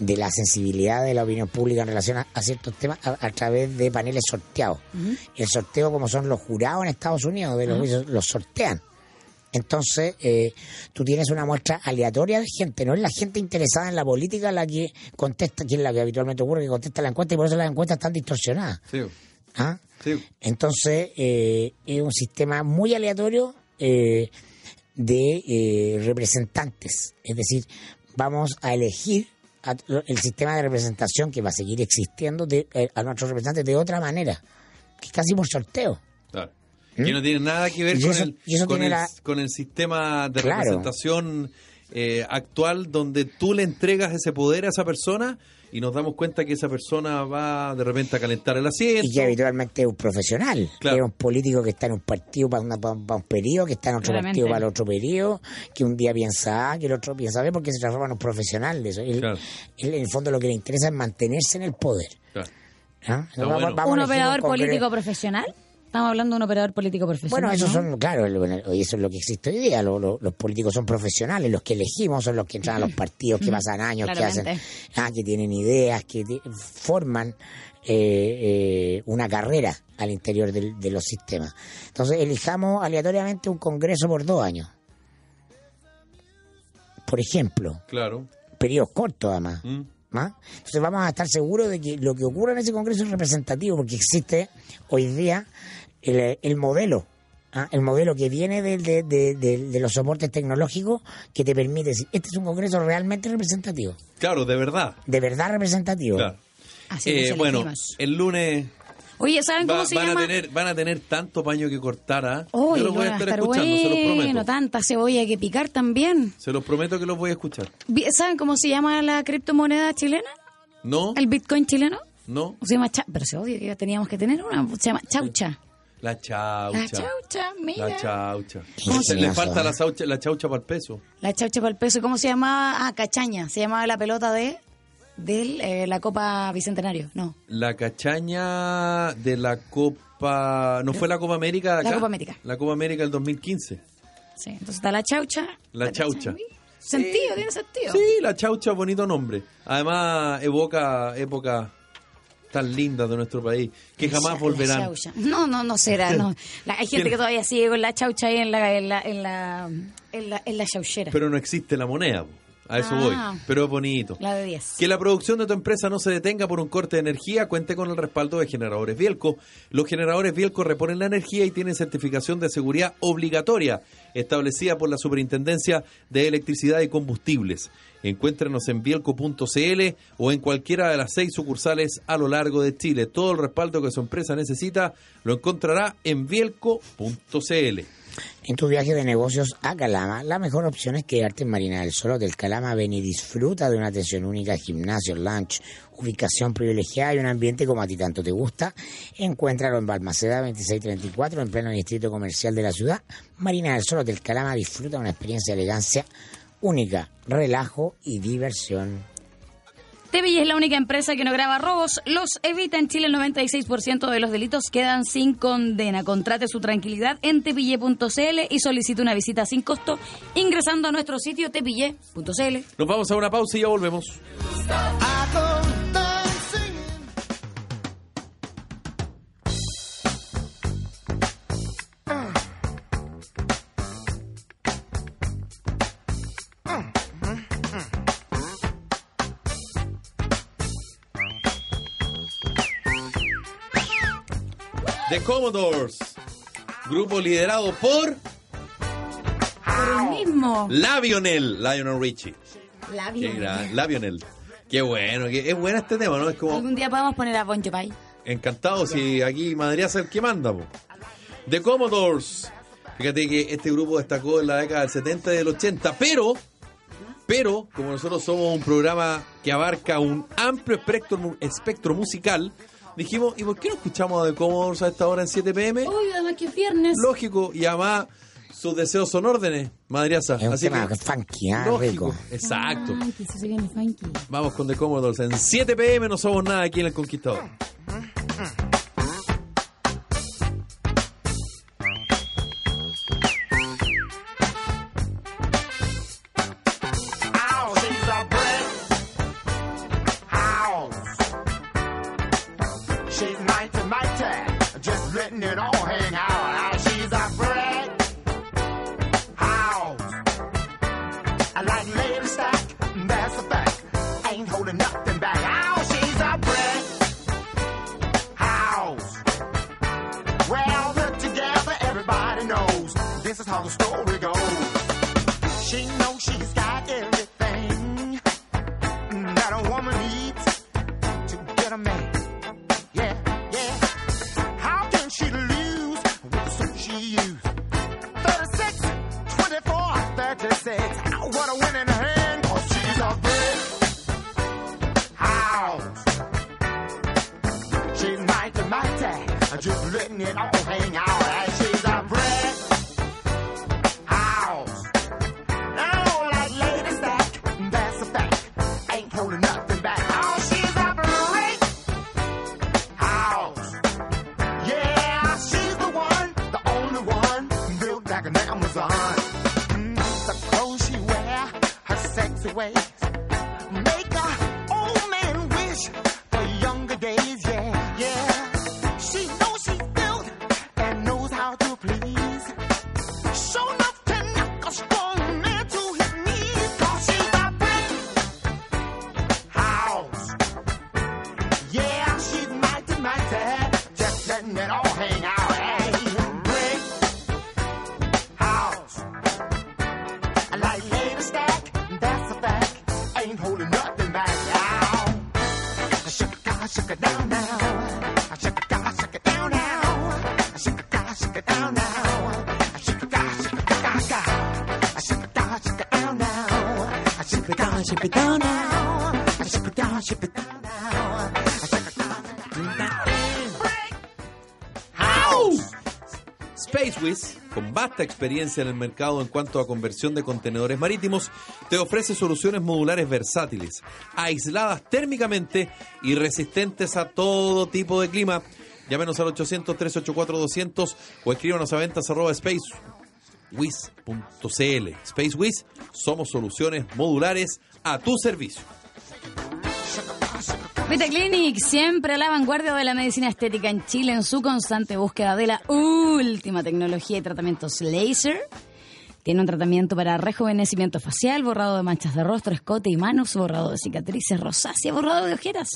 Speaker 2: de la sensibilidad de la opinión pública en relación a, a ciertos temas a, a través de paneles sorteados. El sorteo, como son los jurados en Estados Unidos, de los juicios, los sortean. Entonces, eh, tú tienes una muestra aleatoria de gente, no es la gente interesada en la política la que contesta, que es la que habitualmente ocurre, que contesta la encuesta y por eso las encuestas están distorsionadas.
Speaker 1: Sí,
Speaker 2: ¿ah?
Speaker 1: sí.
Speaker 2: Entonces, eh, es un sistema muy aleatorio eh, de eh, representantes. Es decir, vamos a elegir a- el sistema de representación que va a seguir existiendo de- eh, a nuestros representantes de otra manera, que es casi por sorteo.
Speaker 1: Claro. Que no tiene nada que ver
Speaker 2: ¿Eh? Y
Speaker 1: con,
Speaker 2: eso-
Speaker 1: el,
Speaker 2: y eso
Speaker 1: con, el,
Speaker 2: tiene la-
Speaker 1: con el sistema de
Speaker 2: Claro.
Speaker 1: representación eh, actual donde tú le entregas ese poder a esa persona y nos damos cuenta que esa persona va de repente a calentar el asiento.
Speaker 2: Y que habitualmente es un profesional,
Speaker 1: Claro.
Speaker 2: que es un político que está en un partido para, una- para un- para un periodo, que está en otro
Speaker 3: Claramente.
Speaker 2: partido para el otro periodo, que un día piensa A, que el otro piensa B, porque se transforma en un profesional de eso. Él-
Speaker 1: Claro.
Speaker 2: él, en el fondo lo que le interesa es mantenerse en el poder.
Speaker 1: Claro.
Speaker 2: ¿ah?
Speaker 1: Está bueno.
Speaker 3: ¿Un
Speaker 2: a elegir
Speaker 3: operador
Speaker 2: congreso-
Speaker 3: político profesional? Estamos hablando de un operador político profesional.
Speaker 2: Bueno, eso
Speaker 3: ¿no?
Speaker 2: son, claro, lo- lo- eso es lo que existe hoy día. Lo- lo- los políticos son profesionales, los que elegimos son los que entran a los partidos, que pasan años, que hacen,
Speaker 3: Claramente.
Speaker 2: ah, que tienen ideas, que te- forman eh, eh, una carrera al interior del- de los sistemas. Entonces, elijamos aleatoriamente un congreso por dos años. Por ejemplo,
Speaker 1: Claro.
Speaker 2: periodos cortos además.
Speaker 1: Mm.
Speaker 2: ¿Ah? Entonces vamos a estar seguros de que lo que ocurra en ese Congreso es representativo, porque existe hoy día el, el modelo Ah, el modelo que viene del- de, de- de- de los soportes tecnológicos que te permite decir, este es un congreso realmente representativo,
Speaker 1: Claro, de verdad.
Speaker 2: de verdad representativo.
Speaker 1: Claro.
Speaker 3: Así
Speaker 1: Eh,
Speaker 3: que se
Speaker 1: bueno,
Speaker 3: elegimos.
Speaker 1: el lunes
Speaker 3: Oye, ¿saben
Speaker 1: va-
Speaker 3: cómo se
Speaker 1: van,
Speaker 3: llama?
Speaker 1: a tener, van a tener tanto paño que cortar. ¿ah?
Speaker 3: Oye,
Speaker 1: Yo los voy a
Speaker 3: van
Speaker 1: estar, escuchando, se los prometo.
Speaker 3: bueno, tanta cebolla que picar también.
Speaker 1: Se los prometo que los voy a escuchar.
Speaker 3: Vi- ¿Saben cómo se llama la criptomoneda chilena?
Speaker 1: ¿No?
Speaker 3: ¿El Bitcoin chileno?
Speaker 1: ¿No?
Speaker 3: Se llama cha pero se odia que ya teníamos que tener una. Se llama chaucha.
Speaker 1: La chaucha.
Speaker 3: La chaucha, mira.
Speaker 1: La chaucha.
Speaker 2: ¿Cómo se
Speaker 1: Le
Speaker 2: llama?
Speaker 1: falta la chaucha, la chaucha para el peso.
Speaker 3: La chaucha para el peso. ¿Cómo se llamaba? Ah, cachaña. Se llamaba la pelota de del, eh, la Copa Bicentenario. No,
Speaker 1: La cachaña de la Copa... ¿No fue la Copa América de
Speaker 3: La
Speaker 1: acá?
Speaker 3: Copa América.
Speaker 1: La Copa América del 2015.
Speaker 3: sí. Entonces está la chaucha.
Speaker 1: La chaucha.
Speaker 3: Sentido, tiene sentido.
Speaker 1: Sí, la chaucha, bonito nombre. Además, evoca épocas tan lindas de nuestro país que jamás
Speaker 3: La
Speaker 1: volverán.
Speaker 3: chaucha. No, no, no será.
Speaker 1: (laughs)
Speaker 3: No. La- hay gente
Speaker 1: Tiene-
Speaker 3: que todavía sigue con la chaucha ahí en la, en la, en la, en la, en la chauchera.
Speaker 1: Pero no existe la moneda, po. a eso
Speaker 3: Ah.
Speaker 1: voy. Pero es bonito.
Speaker 3: la de 10.
Speaker 1: Que la producción de tu empresa no se detenga por un corte de energía, cuente con el respaldo de Generadores Bielco. Los generadores Bielco reponen la energía y tienen certificación de seguridad obligatoria, establecida por la Superintendencia de Electricidad y Combustibles. Encuéntrenos en bielco.cl o en cualquiera de las seis sucursales a lo largo de Chile. Todo el respaldo que su empresa necesita lo encontrará en bielco.cl.
Speaker 2: En tu viaje de negocios a Calama, la mejor opción es quedarte en Marina del Sol del Calama. Ven y disfruta de una atención única, gimnasio, lunch, ubicación privilegiada y un ambiente como a ti tanto te gusta. Encuéntralo en Balmaceda 2634, en pleno distrito comercial de la ciudad. Marina del Sol del Calama disfruta de una experiencia de elegancia única, relajo y diversión.
Speaker 3: TVI es la única empresa que no graba robos, los evita en Chile el 96% de los delitos quedan sin condena. Contrate su tranquilidad en tepille.cl y solicite una visita sin costo ingresando a nuestro sitio tepille.cl.
Speaker 1: Nos vamos a una pausa y ya volvemos. The Commodores, grupo liderado por
Speaker 3: Por el mismo
Speaker 1: Lavionel, Lionel Richie.
Speaker 3: labio.
Speaker 1: Qué gran, Lavionel. Qué bueno, que es bueno este tema, ¿no? Es como
Speaker 3: Algún día podemos poner a Bon Jovi.
Speaker 1: encantado si aquí Madrid es el que manda, po. The Commodores. Fíjate que este grupo destacó en la década del 70 y del 80, pero, pero, como nosotros somos un programa que abarca un amplio espectro, mu- espectro musical, dijimos, ¿y por qué no escuchamos a The Commodores a esta hora en 7 pm?
Speaker 3: Uy, además que es viernes.
Speaker 1: Lógico, y además sus deseos son órdenes, Madriaza.
Speaker 2: Es un
Speaker 1: Así
Speaker 2: tema
Speaker 1: que,
Speaker 2: funky, ah,
Speaker 1: lógico,
Speaker 2: rico.
Speaker 1: exacto.
Speaker 3: Ay, que eso se viene funky.
Speaker 1: Vamos con The Commodores. En 7 pm no somos nada aquí en El Conquistador.
Speaker 4: She's mighty, mighty, just letting it all hang out. Ah, She's a bread house. I like lady stack, that's a fact. Ain't holding nothing back. Ow, she's a bread house. Well, put together, everybody knows this is how the story goes. She knows she's got everything that a woman needs to get a man yeah, yeah. How can she lose with the suit she used? 36, 24, 36. Oh, What a winning hand, cause she's a big house. She's mighty, mighty, just letting it all hang out. And she's a brick house. Oh, like ladies that, that's a fact. Ain't holding nothing back. Oh, she's a brick house. Yeah, she's the one, the only one, built like an Amazon. Mm, the clothes she wear, her sexy ways, make a old man wish for younger days. Yeah, yeah. She knows she's built and knows how to please. Show enough to knock a strong man to his knees. Cause she's a brick house. Yeah, she's mighty, mighty. Just letting it all hang out. Hey, brick ain't holding nothing back now. I shook it down, I shook it down now. I shook it down, I shook it down now. I shook it down, I shook it down now. I shook it down, I shook it down, down. I shook it down, I shook it down now. I shook it down, I shook it down now. I shook it down, I shook it down now. I shook it down, I shook it down now. House.
Speaker 1: SpaceWiz, con vasta experiencia en el mercado en cuanto a conversión de contenedores marítimos, te ofrece soluciones modulares versátiles, aisladas térmicamente y resistentes a todo tipo de clima. Llámenos al 800-384-200 o escríbanos a ventas arroba spacewiz.cl. SpaceWiz, somos soluciones modulares a tu servicio.
Speaker 3: Vitaclinic, siempre a la vanguardia de la medicina estética en Chile en su constante búsqueda de la última tecnología y tratamientos láser. Tiene un tratamiento para rejuvenecimiento facial, borrado de manchas de rostro, escote y manos, borrado de cicatrices, rosácea, borrado de ojeras.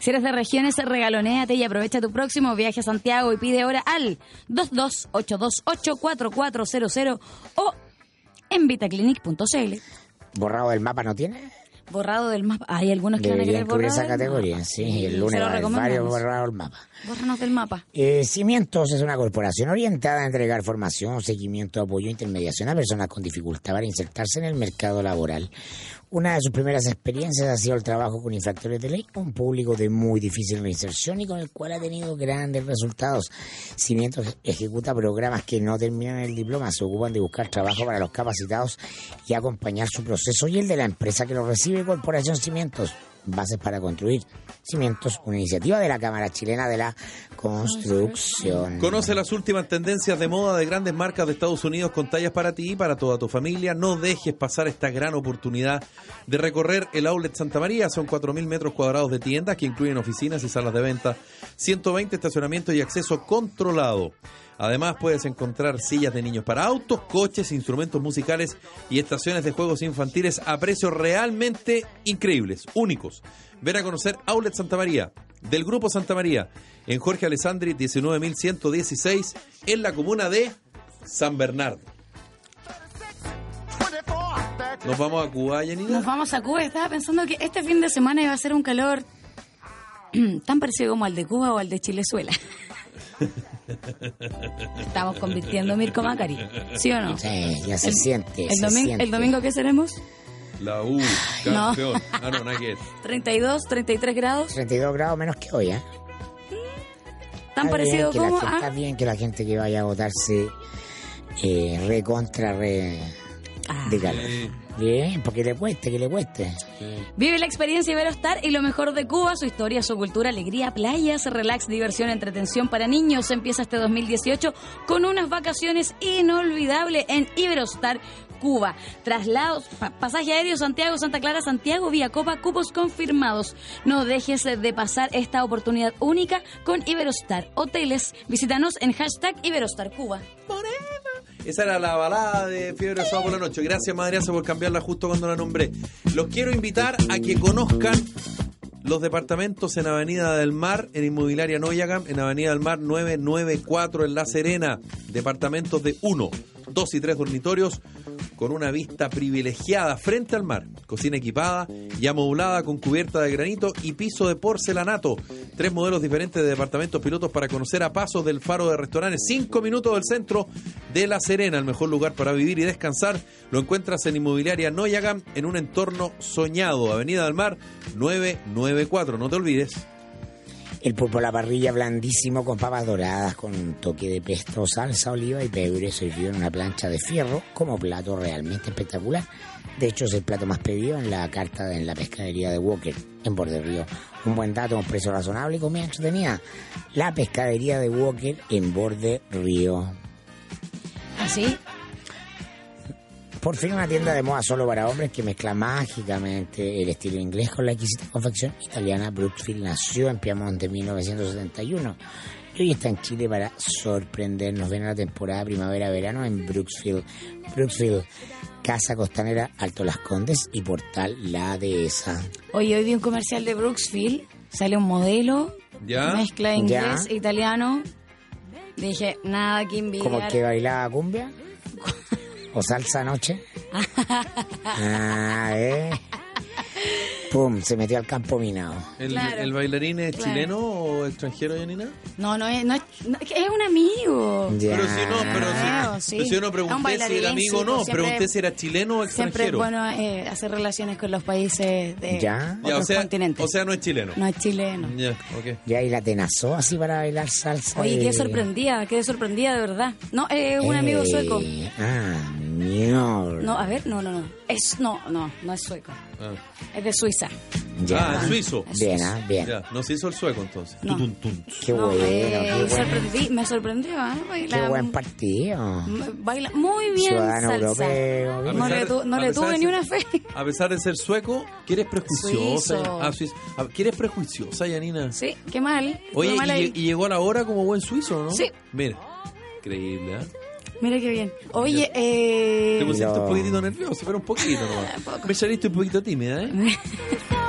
Speaker 3: Si eres de regiones, regalonéate y aprovecha tu próximo viaje a Santiago y pide ahora al 228284400 o en vitaclinic.cl.
Speaker 2: ¿Borrado del mapa no tiene?
Speaker 3: Borrado del mapa. Hay algunos que van a
Speaker 2: Debería
Speaker 3: querer
Speaker 2: incluir
Speaker 3: borrado
Speaker 2: esa
Speaker 3: del mapa.
Speaker 2: categoría, sí. El
Speaker 3: Se
Speaker 2: lunes va
Speaker 3: lo
Speaker 2: a haber varios
Speaker 3: recomendamos.
Speaker 2: borrados el mapa.
Speaker 3: Bórranos del mapa.
Speaker 2: Eh, Cimientos es una corporación orientada a entregar formación, seguimiento, apoyo e intermediación a personas con dificultad para insertarse en el mercado laboral. Una de sus primeras experiencias ha sido el trabajo con infractores de ley, un público de muy difícil reinserción y con el cual ha tenido grandes resultados. Cimientos ejecuta programas que no terminan el diploma, se ocupan de buscar trabajo para los capacitados y acompañar su proceso y el de la empresa que lo recibe, Corporación Cimientos. Bases para construir cimientos, una iniciativa de la Cámara Chilena de la Construcción.
Speaker 1: Conoce las últimas tendencias de moda de grandes marcas de Estados Unidos con tallas para ti y para toda tu familia. No dejes pasar esta gran oportunidad de recorrer el Outlet Santa María. Son 4.000 metros cuadrados de tiendas que incluyen oficinas y salas de venta, 120 estacionamientos y acceso controlado. Además puedes encontrar sillas de niños para autos, coches, instrumentos musicales y estaciones de juegos infantiles a precios realmente increíbles, únicos. Ven a conocer Outlet Santa María del Grupo Santa María en Jorge Alessandri 19116 en la comuna de San Bernardo.
Speaker 4: 24, 30.
Speaker 1: Nos vamos a Cuba, Yanina.
Speaker 3: Nos vamos a Cuba. Estaba pensando que este fin de semana iba a ser un calor (clears throat) tan parecido como al de Cuba o al de Chilezuela. (laughs) Estamos convirtiendo a Mirko Macari, ¿sí o no?
Speaker 2: Sí, ya se
Speaker 3: El-
Speaker 2: siente.
Speaker 3: El,
Speaker 2: se
Speaker 3: domin-
Speaker 2: siente.
Speaker 3: el domingo que seremos,
Speaker 1: La U, campeón. Ah, no, nada que ver.
Speaker 3: 32, 33 grados,
Speaker 2: 32 grados menos que hoy, ¿eh?
Speaker 3: tan
Speaker 2: Está
Speaker 3: parecido
Speaker 2: Ah, bien que la
Speaker 3: como ah.
Speaker 2: gente- Está
Speaker 3: a,
Speaker 2: bien que la gente que vaya a votarse eh, re contra re
Speaker 3: Ah.
Speaker 2: de calor.
Speaker 1: Sí.
Speaker 2: Bien, porque le cueste, que le cueste.
Speaker 3: Vive la experiencia Iberostar y lo mejor de Cuba, su historia, su cultura, alegría, playas, relax, diversión, entretención para niños. Empieza este 2018 con unas vacaciones inolvidables en Iberostar. Cuba, traslados, pa- pasaje aéreo Santiago, Santa Clara, Santiago, Vía Copa, cupos confirmados. No dejes de pasar esta oportunidad única con Iberostar Hoteles. Visítanos en hashtag Iberostar Cuba.
Speaker 1: Esa era la balada de Fiebre de Sábado por la Noche. Gracias, Madreaza, por cambiarla justo cuando la nombré. Los quiero invitar a que conozcan los departamentos en Avenida del Mar, en Inmobiliaria Noyagam, en Avenida del Mar 994, en La Serena. Departamentos de 1, 2 y 3 dormitorios con una vista privilegiada frente al mar. Cocina equipada y amoblada con cubierta de granito y piso de porcelanato. Tres modelos diferentes de departamentos pilotos para conocer a pasos del faro de restaurantes. Cinco minutos del centro de La Serena, el mejor lugar para vivir y descansar. Lo encuentras en Inmobiliaria Noyagam en un entorno soñado. Avenida del Mar 994. No te olvides.
Speaker 2: El pulpo a la parrilla blandísimo con papas doradas, con un toque de pesto, salsa, oliva y pebre, servido en una plancha de fierro como plato realmente espectacular. De hecho, es el plato más pedido en la carta de, en la pescadería de Walker, en Borde Río. Un buen dato, un precio razonable y comida entretenida. La pescadería de Walker en Borde Río.
Speaker 3: ¿Así?
Speaker 2: Por fin una tienda de moda solo para hombres que mezcla mágicamente el estilo inglés con la exquisita confección italiana. Brookfield nació en Piamonte en 1971 y hoy está en Chile para sorprendernos. Ven a la temporada primavera-verano en Brooksfield. Brooksfield, Casa Costanera, Alto Las Condes y Portal La Dehesa.
Speaker 3: Oye, hoy vi un comercial de Brooksfield, sale un modelo,
Speaker 1: Ya.
Speaker 3: mezcla de inglés e italiano. Dije, nada que
Speaker 2: ¿Cómo
Speaker 3: envidiar.
Speaker 2: que bailaba cumbia? ¿O salsa anoche? Ah, eh. Pum, se metió al campo minado.
Speaker 1: ¿El,
Speaker 3: Claro.
Speaker 1: el bailarín es
Speaker 3: Claro.
Speaker 1: chileno o extranjero, Yanina?
Speaker 3: No, no es, no es, no- es un amigo.
Speaker 2: Ya.
Speaker 1: Pero si no, pero si,
Speaker 3: Claro, sí.
Speaker 1: pero si yo no
Speaker 3: Es un
Speaker 1: pregunté si
Speaker 3: bailarín,
Speaker 1: era amigo o
Speaker 3: sí,
Speaker 1: no,
Speaker 3: pues siempre-
Speaker 1: pregunté si era chileno o
Speaker 3: Siempre es
Speaker 1: extranjero.
Speaker 3: bueno eh, hacer relaciones con los países
Speaker 2: Ya.
Speaker 3: de
Speaker 1: Ya,
Speaker 3: otros
Speaker 1: o, sea,
Speaker 3: continentes.
Speaker 1: o sea, no es chileno.
Speaker 3: no es chileno.
Speaker 1: Ya, ok.
Speaker 2: Ya, y la tenazó así para bailar salsa.
Speaker 3: Oye,
Speaker 2: y-
Speaker 3: quedé sorprendida, quedé sorprendida de verdad. No, es un amigo
Speaker 2: Eh,
Speaker 3: sueco.
Speaker 2: Ah, mierda.
Speaker 3: No, a ver, no, no, no. Es, no, no, no es sueco.
Speaker 1: Ah,
Speaker 3: Es de Suiza.
Speaker 1: Ah, es suizo.
Speaker 2: Bien, ah, bien.
Speaker 1: Ya, no se hizo el sueco entonces.
Speaker 3: No.
Speaker 1: Tutun, tun.
Speaker 2: Qué
Speaker 3: No,
Speaker 2: bueno,
Speaker 3: eh,
Speaker 2: qué bueno.
Speaker 3: sorprendí- me sorprendió, ¿eh? Baila,
Speaker 2: Qué buen partido.
Speaker 3: m- baila muy bien
Speaker 2: Ciudadano
Speaker 3: salsa.
Speaker 2: europeo.
Speaker 1: A
Speaker 3: No le,
Speaker 1: pesar-
Speaker 3: tu- no
Speaker 1: a
Speaker 3: le
Speaker 1: pesar
Speaker 3: tuve
Speaker 1: de
Speaker 3: ni
Speaker 1: ser-
Speaker 3: una fe.
Speaker 1: A pesar de ser sueco, que eres prejuiciosa.
Speaker 3: Suizo.
Speaker 1: Ah, suizo. Ah, que eres prejuiciosa, Yanina.
Speaker 3: Sí, qué mal. qué
Speaker 1: Oye,
Speaker 3: mal
Speaker 1: y,
Speaker 3: ahí.
Speaker 1: y llegó a la hora como buen suizo, ¿no?
Speaker 3: Sí.
Speaker 1: Mira, increíble, ¿eh?
Speaker 3: Mira qué bien. Oye, eh,
Speaker 1: Te pusiste
Speaker 2: Mira.
Speaker 1: un poquitito nervioso, pero un poquito
Speaker 3: (laughs)
Speaker 1: nomás. Me saliste un poquito tímida, ¿eh?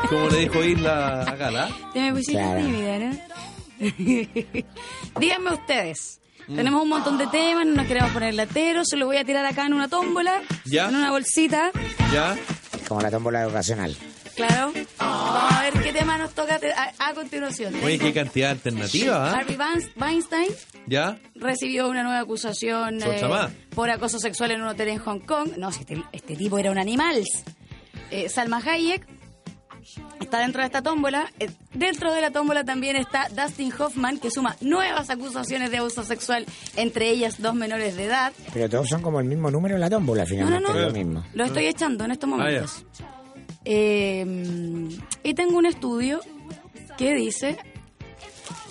Speaker 1: Como le dijo Isla a Gala.
Speaker 3: Te me pusiste
Speaker 2: Claro.
Speaker 3: tímida, ¿no? (laughs) Díganme ustedes. Tenemos un montón de temas, no nos queremos poner lateros, se los voy a tirar acá en una tómbola,
Speaker 1: Ya.
Speaker 3: en una bolsita,
Speaker 1: ¿Ya?
Speaker 2: Como la tómbola educacional.
Speaker 3: claro. Vamos a ver qué tema nos toca te- a, a continuación.
Speaker 1: Oye, qué cantidad de alternativa, ¿eh?
Speaker 3: Harvey Wein- Weinstein
Speaker 1: ¿Ya?
Speaker 3: recibió una nueva acusación eh,
Speaker 1: Otra más.
Speaker 3: por acoso sexual en un hotel en Hong Kong. No, si este, este tipo era un animal. Eh, Salma Hayek está dentro de esta tómbola. Eh, dentro de la tómbola también está Dustin Hoffman, que suma nuevas acusaciones de abuso sexual, entre ellas dos menores de edad.
Speaker 2: Pero todos son como el mismo número en la tómbola,
Speaker 3: No, no,
Speaker 2: finalmente.
Speaker 3: no.
Speaker 2: es lo mismo.
Speaker 3: Lo estoy echando en estos
Speaker 1: Ah, ya.
Speaker 3: momentos. Eh, y tengo un estudio que dice...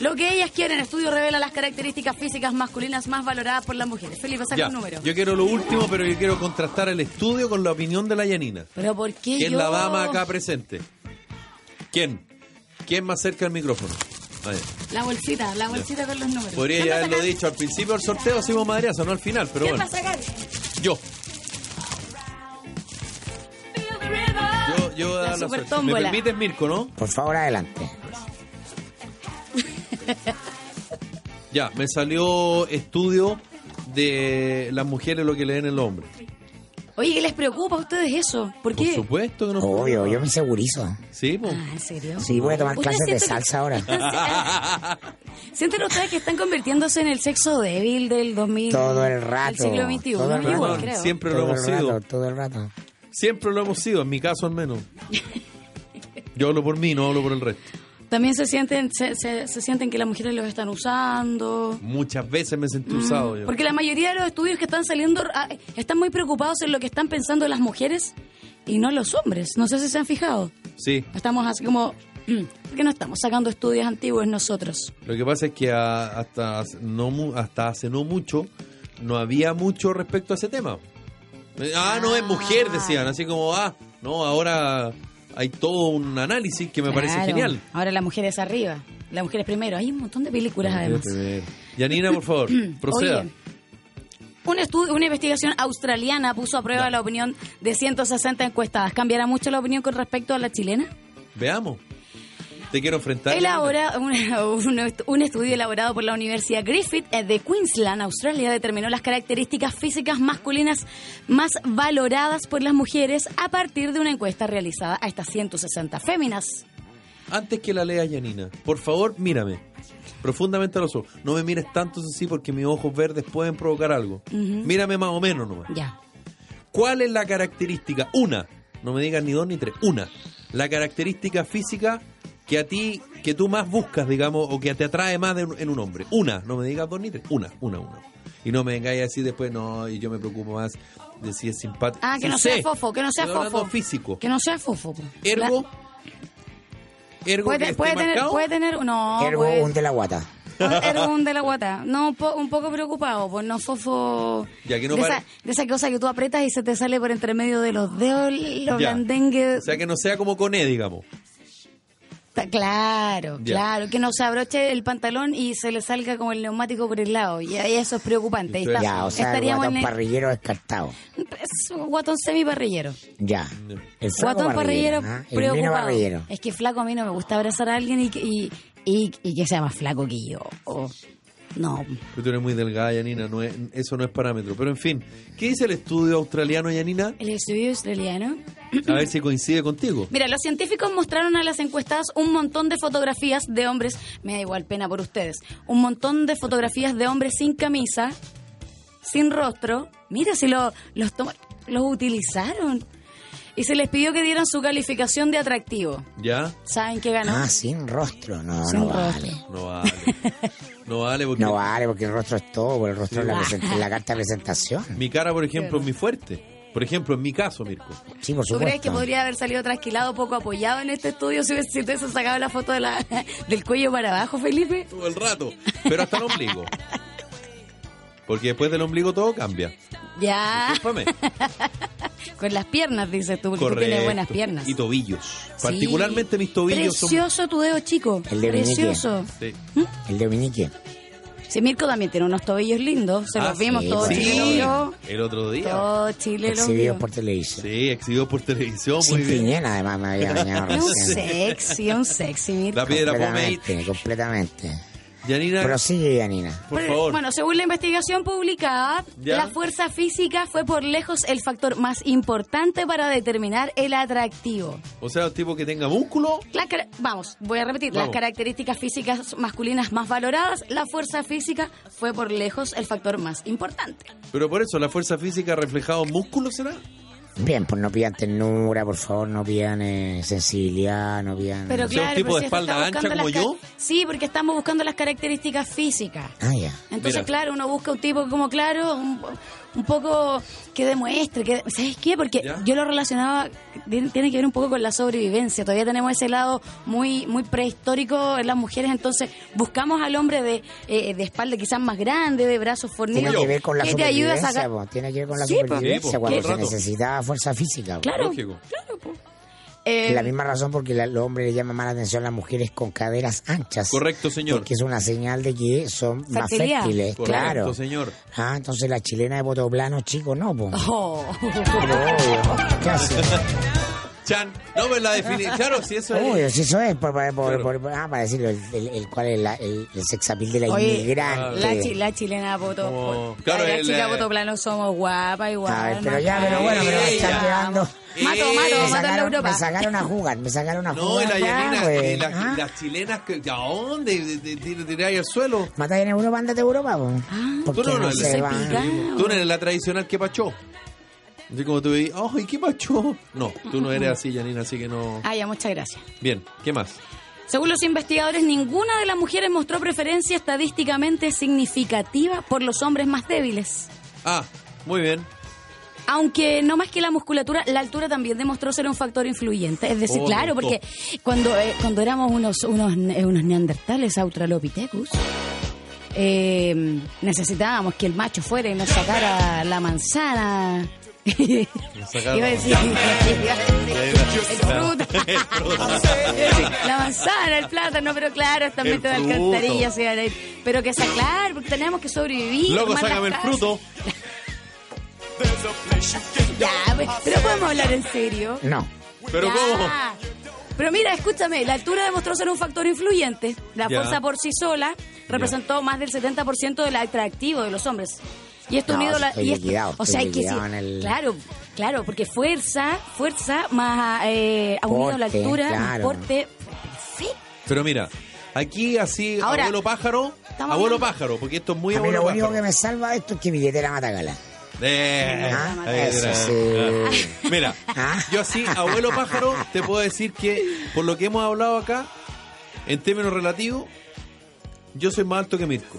Speaker 3: Lo que ellas quieren, estudio revela las características físicas masculinas más valoradas por las mujeres. Felipe, saca
Speaker 1: Ya.
Speaker 3: un número.
Speaker 1: Yo quiero lo último, pero yo quiero contrastar el estudio con la opinión de la Yanina.
Speaker 3: Pero ¿por qué
Speaker 1: ¿Quién
Speaker 3: yo?
Speaker 1: la dama acá presente? ¿Quién? ¿Quién más cerca al micrófono? A ver.
Speaker 3: La bolsita, la bolsita con los números.
Speaker 1: Podría
Speaker 3: ¿Quién
Speaker 1: ya
Speaker 3: va a
Speaker 1: haberlo
Speaker 3: sacar?
Speaker 1: dicho al principio del sorteo, hicimos madreazo, no al final, pero
Speaker 3: ¿Quién va
Speaker 1: bueno.
Speaker 3: a sacar?
Speaker 1: Yo. Yo, yo voy a
Speaker 3: La
Speaker 1: dar la suerte. Me
Speaker 3: supertómbola.
Speaker 1: permites, Mirko, ¿no?
Speaker 2: Por favor, adelante.
Speaker 1: Ya, me salió estudio de las mujeres lo que leen el hombre.
Speaker 3: Oye, ¿qué les preocupa a ustedes eso? ¿Por
Speaker 1: Por
Speaker 3: qué?
Speaker 1: supuesto que no.
Speaker 2: Obvio, yo me insegurizo.
Speaker 1: Sí, pues.
Speaker 3: Ah, ¿en serio?
Speaker 2: Sí, voy a tomar
Speaker 3: ¿Ustedes
Speaker 2: clases de
Speaker 3: sienten que-
Speaker 2: salsa ahora.
Speaker 3: (laughs) ¿Sienten ustedes que están convirtiéndose en el sexo débil del 2000?
Speaker 2: Todo el rato,
Speaker 3: Del siglo XXI.
Speaker 2: todo el
Speaker 3: Yo igual
Speaker 2: rato.
Speaker 3: creo.
Speaker 1: Ah, Siempre lo
Speaker 2: todo
Speaker 1: hemos
Speaker 2: el
Speaker 1: sido.
Speaker 2: rato, todo el rato.
Speaker 1: Siempre lo hemos sido, en mi caso al
Speaker 3: (laughs)
Speaker 1: menos. Yo hablo por mí, no hablo por el resto.
Speaker 3: También se sienten, se, se- se sienten que las mujeres los están usando.
Speaker 1: Muchas veces me sentí usado yo.
Speaker 3: Porque la mayoría de los estudios que están saliendo ah, están muy preocupados en lo que están pensando las mujeres y no los hombres. No sé si se han fijado.
Speaker 1: Sí.
Speaker 3: Estamos así como, (clears throat) ¿por qué no estamos sacando estudios antiguos nosotros?
Speaker 1: Lo que pasa es que a- hasta, hace- no, mu- hasta hace no mucho no había mucho respecto a ese tema. Eh, Ah, no es mujer, decían. Así como, ah, no, ahora hay todo un análisis que me parece
Speaker 3: Claro.
Speaker 1: genial.
Speaker 3: Ahora la mujer es arriba, la mujer es primero. Hay un montón de películas además.
Speaker 1: Yanina, por favor, proceda.
Speaker 3: (clears throat) Oye, un estudio, una investigación australiana puso a prueba la opinión de 160 encuestadas. ¿Cambiará mucho la opinión con respecto a la chilena?
Speaker 1: Veamos. Te quiero enfrentar.
Speaker 3: Elabora una- (laughs) un, est- un estudio elaborado por la Universidad Griffith eh, de Queensland, Australia, determinó las características físicas masculinas más valoradas por las mujeres a partir de una encuesta realizada a estas 160 féminas.
Speaker 1: Antes que la lea Yanina, por favor, mírame. Profundamente a los ojos. No me mires tanto así porque mis ojos verdes pueden provocar algo. Mírame más o menos nomás.
Speaker 3: Ya.
Speaker 1: ¿Cuál es la característica? Una. No me digas ni dos ni tres. Una. La característica física que a ti, que tú más buscas, digamos, o que te atrae más de un- en un hombre. Una. No me digas dos ni tres. Una, una, una. Y no me vengáis así después, no, y yo me preocupo más de si es simpático.
Speaker 3: Ah, que
Speaker 1: Sí
Speaker 3: no
Speaker 1: sé.
Speaker 3: sea fofo, que no sea
Speaker 1: Estoy hablando
Speaker 3: fofo.
Speaker 1: físico.
Speaker 3: Que no sea fofo. po.
Speaker 1: Ergo.
Speaker 3: La-
Speaker 1: Ergo que
Speaker 3: puede,
Speaker 1: esté
Speaker 3: puede tener,
Speaker 1: marcado.
Speaker 3: puede tener, no, pues,
Speaker 2: Ergo,
Speaker 3: puede- (laughs)
Speaker 2: un de la guata.
Speaker 3: Ergo un de la guata. No, un, po- un poco preocupado, pues no fofo.
Speaker 1: Ya que no
Speaker 3: de,
Speaker 1: pare-
Speaker 3: esa, de esa cosa que tú apretas y se te sale por entre medio de los dedos, los
Speaker 1: Ya.
Speaker 3: blandengues.
Speaker 1: O sea, que no sea como con E, digamos.
Speaker 3: Ta- Claro,
Speaker 1: Ya.
Speaker 3: claro, que no se abroche el pantalón y se le salga como el neumático por el lado. Y ahí eso es preocupante. Ahí
Speaker 1: Entonces-
Speaker 3: está-
Speaker 2: Ya, o sea, el
Speaker 3: estaríamos
Speaker 2: guatón
Speaker 3: en el-
Speaker 2: parrillero descartado.
Speaker 3: es un guatón semiparrillero.
Speaker 2: Ya. El flaco
Speaker 3: Guatón parrillero,
Speaker 2: ¿ah? El
Speaker 3: preocupado.
Speaker 2: vino parrillero.
Speaker 3: Es que flaco a mí no me gusta abrazar a alguien y, que- y, y- y que sea más flaco que yo. O- No.
Speaker 1: Pero tú eres muy delgada, Yanina, no es- eso no es parámetro. Pero en fin, ¿qué dice el estudio australiano, Yanina?
Speaker 3: El estudio australiano.
Speaker 1: A ver si coincide contigo.
Speaker 3: Mira, los científicos mostraron a las encuestadas un montón de fotografías de hombres, me da igual pena por ustedes, un montón de fotografías de hombres sin camisa, sin rostro. Mira si lo- los, toma- los utilizaron. Y se les pidió que dieran su calificación de atractivo.
Speaker 1: ¿Ya?
Speaker 3: ¿Saben qué ganó?
Speaker 2: Ah, sin rostro. No,
Speaker 3: Sin
Speaker 2: no
Speaker 3: rostro.
Speaker 2: vale.
Speaker 1: No vale.
Speaker 3: (laughs)
Speaker 1: No vale porque
Speaker 2: No vale, porque el rostro es todo, porque el rostro es la, present- es la carta de presentación.
Speaker 1: mi cara, por ejemplo, es mi fuerte. Por ejemplo, en mi caso, Mirko.
Speaker 2: Sí, por
Speaker 3: ¿Tú
Speaker 2: supuesto.
Speaker 3: crees que podría haber salido trasquilado, poco apoyado en este estudio si hubiese- si te hubiesen sacado la foto de la- del cuello para abajo, Felipe?
Speaker 1: Todo el rato. Pero hasta el ombligo. Porque después del ombligo todo cambia.
Speaker 3: Ya,
Speaker 1: Discúlpame.
Speaker 3: con las piernas, dices tú, porque tú tienes buenas piernas.
Speaker 1: Y tobillos.
Speaker 3: Sí.
Speaker 1: Particularmente mis tobillos son.
Speaker 3: Precioso tu dedo chico.
Speaker 2: El de meñique.
Speaker 3: Precioso.
Speaker 1: Sí.
Speaker 2: El de Dominique.
Speaker 3: Sí, Mirko también tiene unos tobillos lindos. Se
Speaker 1: Ah,
Speaker 3: los vimos
Speaker 2: sí,
Speaker 3: todo
Speaker 2: sí.
Speaker 3: Chile lo vio.
Speaker 1: El otro día.
Speaker 3: Todo Chile lo
Speaker 2: Exhibidos
Speaker 3: vio.
Speaker 2: por televisión.
Speaker 1: Sí, exhibido por televisión. Muy
Speaker 2: Sin
Speaker 1: bien.
Speaker 2: piñera, además, me había
Speaker 3: (laughs)
Speaker 2: bañado
Speaker 3: Es un
Speaker 2: recién.
Speaker 3: sexy, un sexy, Mirko.
Speaker 1: La piedra pomade.
Speaker 2: Completamente, completamente.
Speaker 1: Yanina,
Speaker 2: Prosigue, Yanina.
Speaker 1: por
Speaker 3: Pero,
Speaker 1: favor.
Speaker 3: Bueno, según la investigación publicada,
Speaker 1: Ya.
Speaker 3: la fuerza física fue por lejos el factor más importante para determinar el atractivo.
Speaker 1: O sea, un tipo que tenga músculo.
Speaker 3: La cara- vamos, voy a repetir.
Speaker 1: Vamos.
Speaker 3: Las características físicas masculinas más valoradas, la fuerza física fue por lejos el factor más importante.
Speaker 1: Pero por eso, la fuerza física reflejado en músculo será.
Speaker 2: Bien, pues no pidan ternura, por favor, no pidan eh, sensibilidad, no pidan...
Speaker 3: Pero
Speaker 1: O sea, un
Speaker 3: claro,
Speaker 1: tipo
Speaker 3: pero
Speaker 1: de
Speaker 3: si esto está
Speaker 1: espalda ancha
Speaker 3: buscando
Speaker 1: como
Speaker 3: las
Speaker 1: yo.
Speaker 3: ca- Sí, porque estamos buscando las características físicas.
Speaker 2: Ah, ya.
Speaker 3: Entonces,
Speaker 1: Mira.
Speaker 3: claro, uno busca un tipo como claro, un, un poco que demuestre, que ¿sabes qué? Porque
Speaker 1: ¿Ya?
Speaker 3: yo lo relacionaba, tiene, tiene que ver un poco con la sobrevivencia. Todavía tenemos ese lado muy muy prehistórico en las mujeres, entonces buscamos al hombre de, eh, de espalda quizás más grande, de brazos
Speaker 2: Tiene
Speaker 3: fornidos,
Speaker 2: que ver con la
Speaker 3: que te ayuda a
Speaker 2: supervivencia, po,
Speaker 3: sacar...
Speaker 2: tiene que ver con la
Speaker 3: Sí, pues. po.
Speaker 2: supervivencia,
Speaker 1: Sí, pues, po,
Speaker 2: cuando
Speaker 1: todo
Speaker 2: se
Speaker 1: el rato.
Speaker 2: necesita fuerza física. po.
Speaker 3: Claro,
Speaker 1: Lógico.
Speaker 3: claro, po.
Speaker 2: Es
Speaker 3: Eh,
Speaker 2: la misma razón porque la- los hombres le llaman más la atención a las mujeres con caderas anchas.
Speaker 1: Correcto, señor.
Speaker 2: Porque es una señal de que son más
Speaker 3: Fertilidad.
Speaker 2: fértiles,
Speaker 1: Correcto,
Speaker 2: claro.
Speaker 1: señor.
Speaker 2: Ah, entonces la chilena de Botoplano, chico, no,
Speaker 3: (laughs)
Speaker 2: po.
Speaker 3: (laughs) oh.
Speaker 2: Pero obvio,
Speaker 1: (laughs)
Speaker 2: ¿qué hace?
Speaker 1: Chan. No, pero la definición. Claro, si eso
Speaker 2: Obvio,
Speaker 1: es.
Speaker 2: si eso es, por, por- por-
Speaker 1: Claro.
Speaker 2: por- ah, para decirlo, el, el- el cuál es la- el, el sexapil de la
Speaker 3: Oye,
Speaker 2: inmigrante.
Speaker 3: La, chi- la chilena Poto.
Speaker 1: Como- claro,
Speaker 3: claro, la
Speaker 1: el,
Speaker 3: chica
Speaker 1: eh,
Speaker 3: Potoplano somos guapa igual.
Speaker 2: A ver, pero
Speaker 3: no
Speaker 2: ya, pero
Speaker 3: cae.
Speaker 2: bueno, pero
Speaker 1: Ella.
Speaker 2: están llegando.
Speaker 3: Mato,
Speaker 2: Me
Speaker 3: mato, mato en la
Speaker 2: sacaron,
Speaker 3: Europa.
Speaker 2: me sacaron a jugar, me sacaron a
Speaker 1: No, y
Speaker 2: jugar.
Speaker 1: la
Speaker 2: ya,
Speaker 1: Yanina,
Speaker 2: güey.
Speaker 1: y las,
Speaker 2: Ah,
Speaker 1: las chilenas, que, ¿a dónde? De- de- de- Tiráis al suelo.
Speaker 2: Matáis en Europa, andate a Europa, po. ¿Por
Speaker 1: Tú
Speaker 2: qué
Speaker 1: no,
Speaker 2: no
Speaker 1: no,
Speaker 2: se
Speaker 1: le-
Speaker 2: van?
Speaker 3: Ah. pica.
Speaker 1: pues. Tú no eres la tradicional que pachó. Así como tú veis, ¡ay, qué pachó! No, tú no eres así, Yanina, así que no.
Speaker 3: Ah, ya, muchas gracias.
Speaker 1: Bien, ¿qué más?
Speaker 3: Según los investigadores, ninguna de las mujeres mostró preferencia estadísticamente significativa por los hombres más débiles.
Speaker 1: Ah, muy bien.
Speaker 3: Aunque no más que la musculatura, la altura también demostró ser un factor influyente. Es decir,
Speaker 1: Oh,
Speaker 3: claro,
Speaker 1: doctor.
Speaker 3: porque cuando, eh, cuando éramos unos, unos, ne- unos neandertales, Australopithecus, eh, necesitábamos que el macho fuera y nos sacara la manzana. (laughs)
Speaker 1: Nos
Speaker 3: Iba
Speaker 1: sacaron-
Speaker 3: a decir, (laughs) iba a decir, el fruto. (laughs) La manzana, el plátano, pero claro, esta
Speaker 1: El
Speaker 3: meta de
Speaker 1: fruto.
Speaker 3: alcantarilla se van a ir. Pero que sea claro, porque tenemos que sobrevivir.
Speaker 1: Loco,
Speaker 3: tomar las
Speaker 1: sácame el
Speaker 3: casas.
Speaker 1: fruto.
Speaker 3: Ya, pues, pero podemos hablar en serio.
Speaker 2: No.
Speaker 1: Pero
Speaker 3: Ya.
Speaker 1: ¿cómo?
Speaker 3: Pero mira, escúchame, la altura demostró ser un factor influyente. La
Speaker 1: Ya.
Speaker 3: fuerza por sí sola representó más del 70% del atractivo de los hombres. Y esto
Speaker 2: No,
Speaker 3: unido a la.
Speaker 2: estoy
Speaker 3: y esto-
Speaker 2: liquidado,
Speaker 3: o sea, hay
Speaker 2: estoy
Speaker 3: que sí,
Speaker 2: liquidado en el-
Speaker 3: Claro, claro, porque fuerza, fuerza más eh, a unido a la
Speaker 2: Porte,
Speaker 3: altura, más
Speaker 2: claro.
Speaker 3: porte. Perfecto.
Speaker 1: Pero mira, aquí así,
Speaker 3: Ahora,
Speaker 1: abuelo pájaro,
Speaker 3: estamos
Speaker 1: abuelo
Speaker 3: hablando-
Speaker 1: pájaro, porque esto es muy
Speaker 2: A mí
Speaker 1: abuelo
Speaker 2: lo único
Speaker 1: pájaro.
Speaker 2: que me salva de esto es que billetera matagala.
Speaker 1: Eh,
Speaker 2: Ah,
Speaker 1: ahí
Speaker 2: eso
Speaker 1: está.
Speaker 2: sí.
Speaker 1: Ah. Mira,
Speaker 2: Ah.
Speaker 1: yo así, abuelo pájaro, te puedo decir que por lo que hemos hablado acá, en términos relativos, yo soy más alto que Mirko.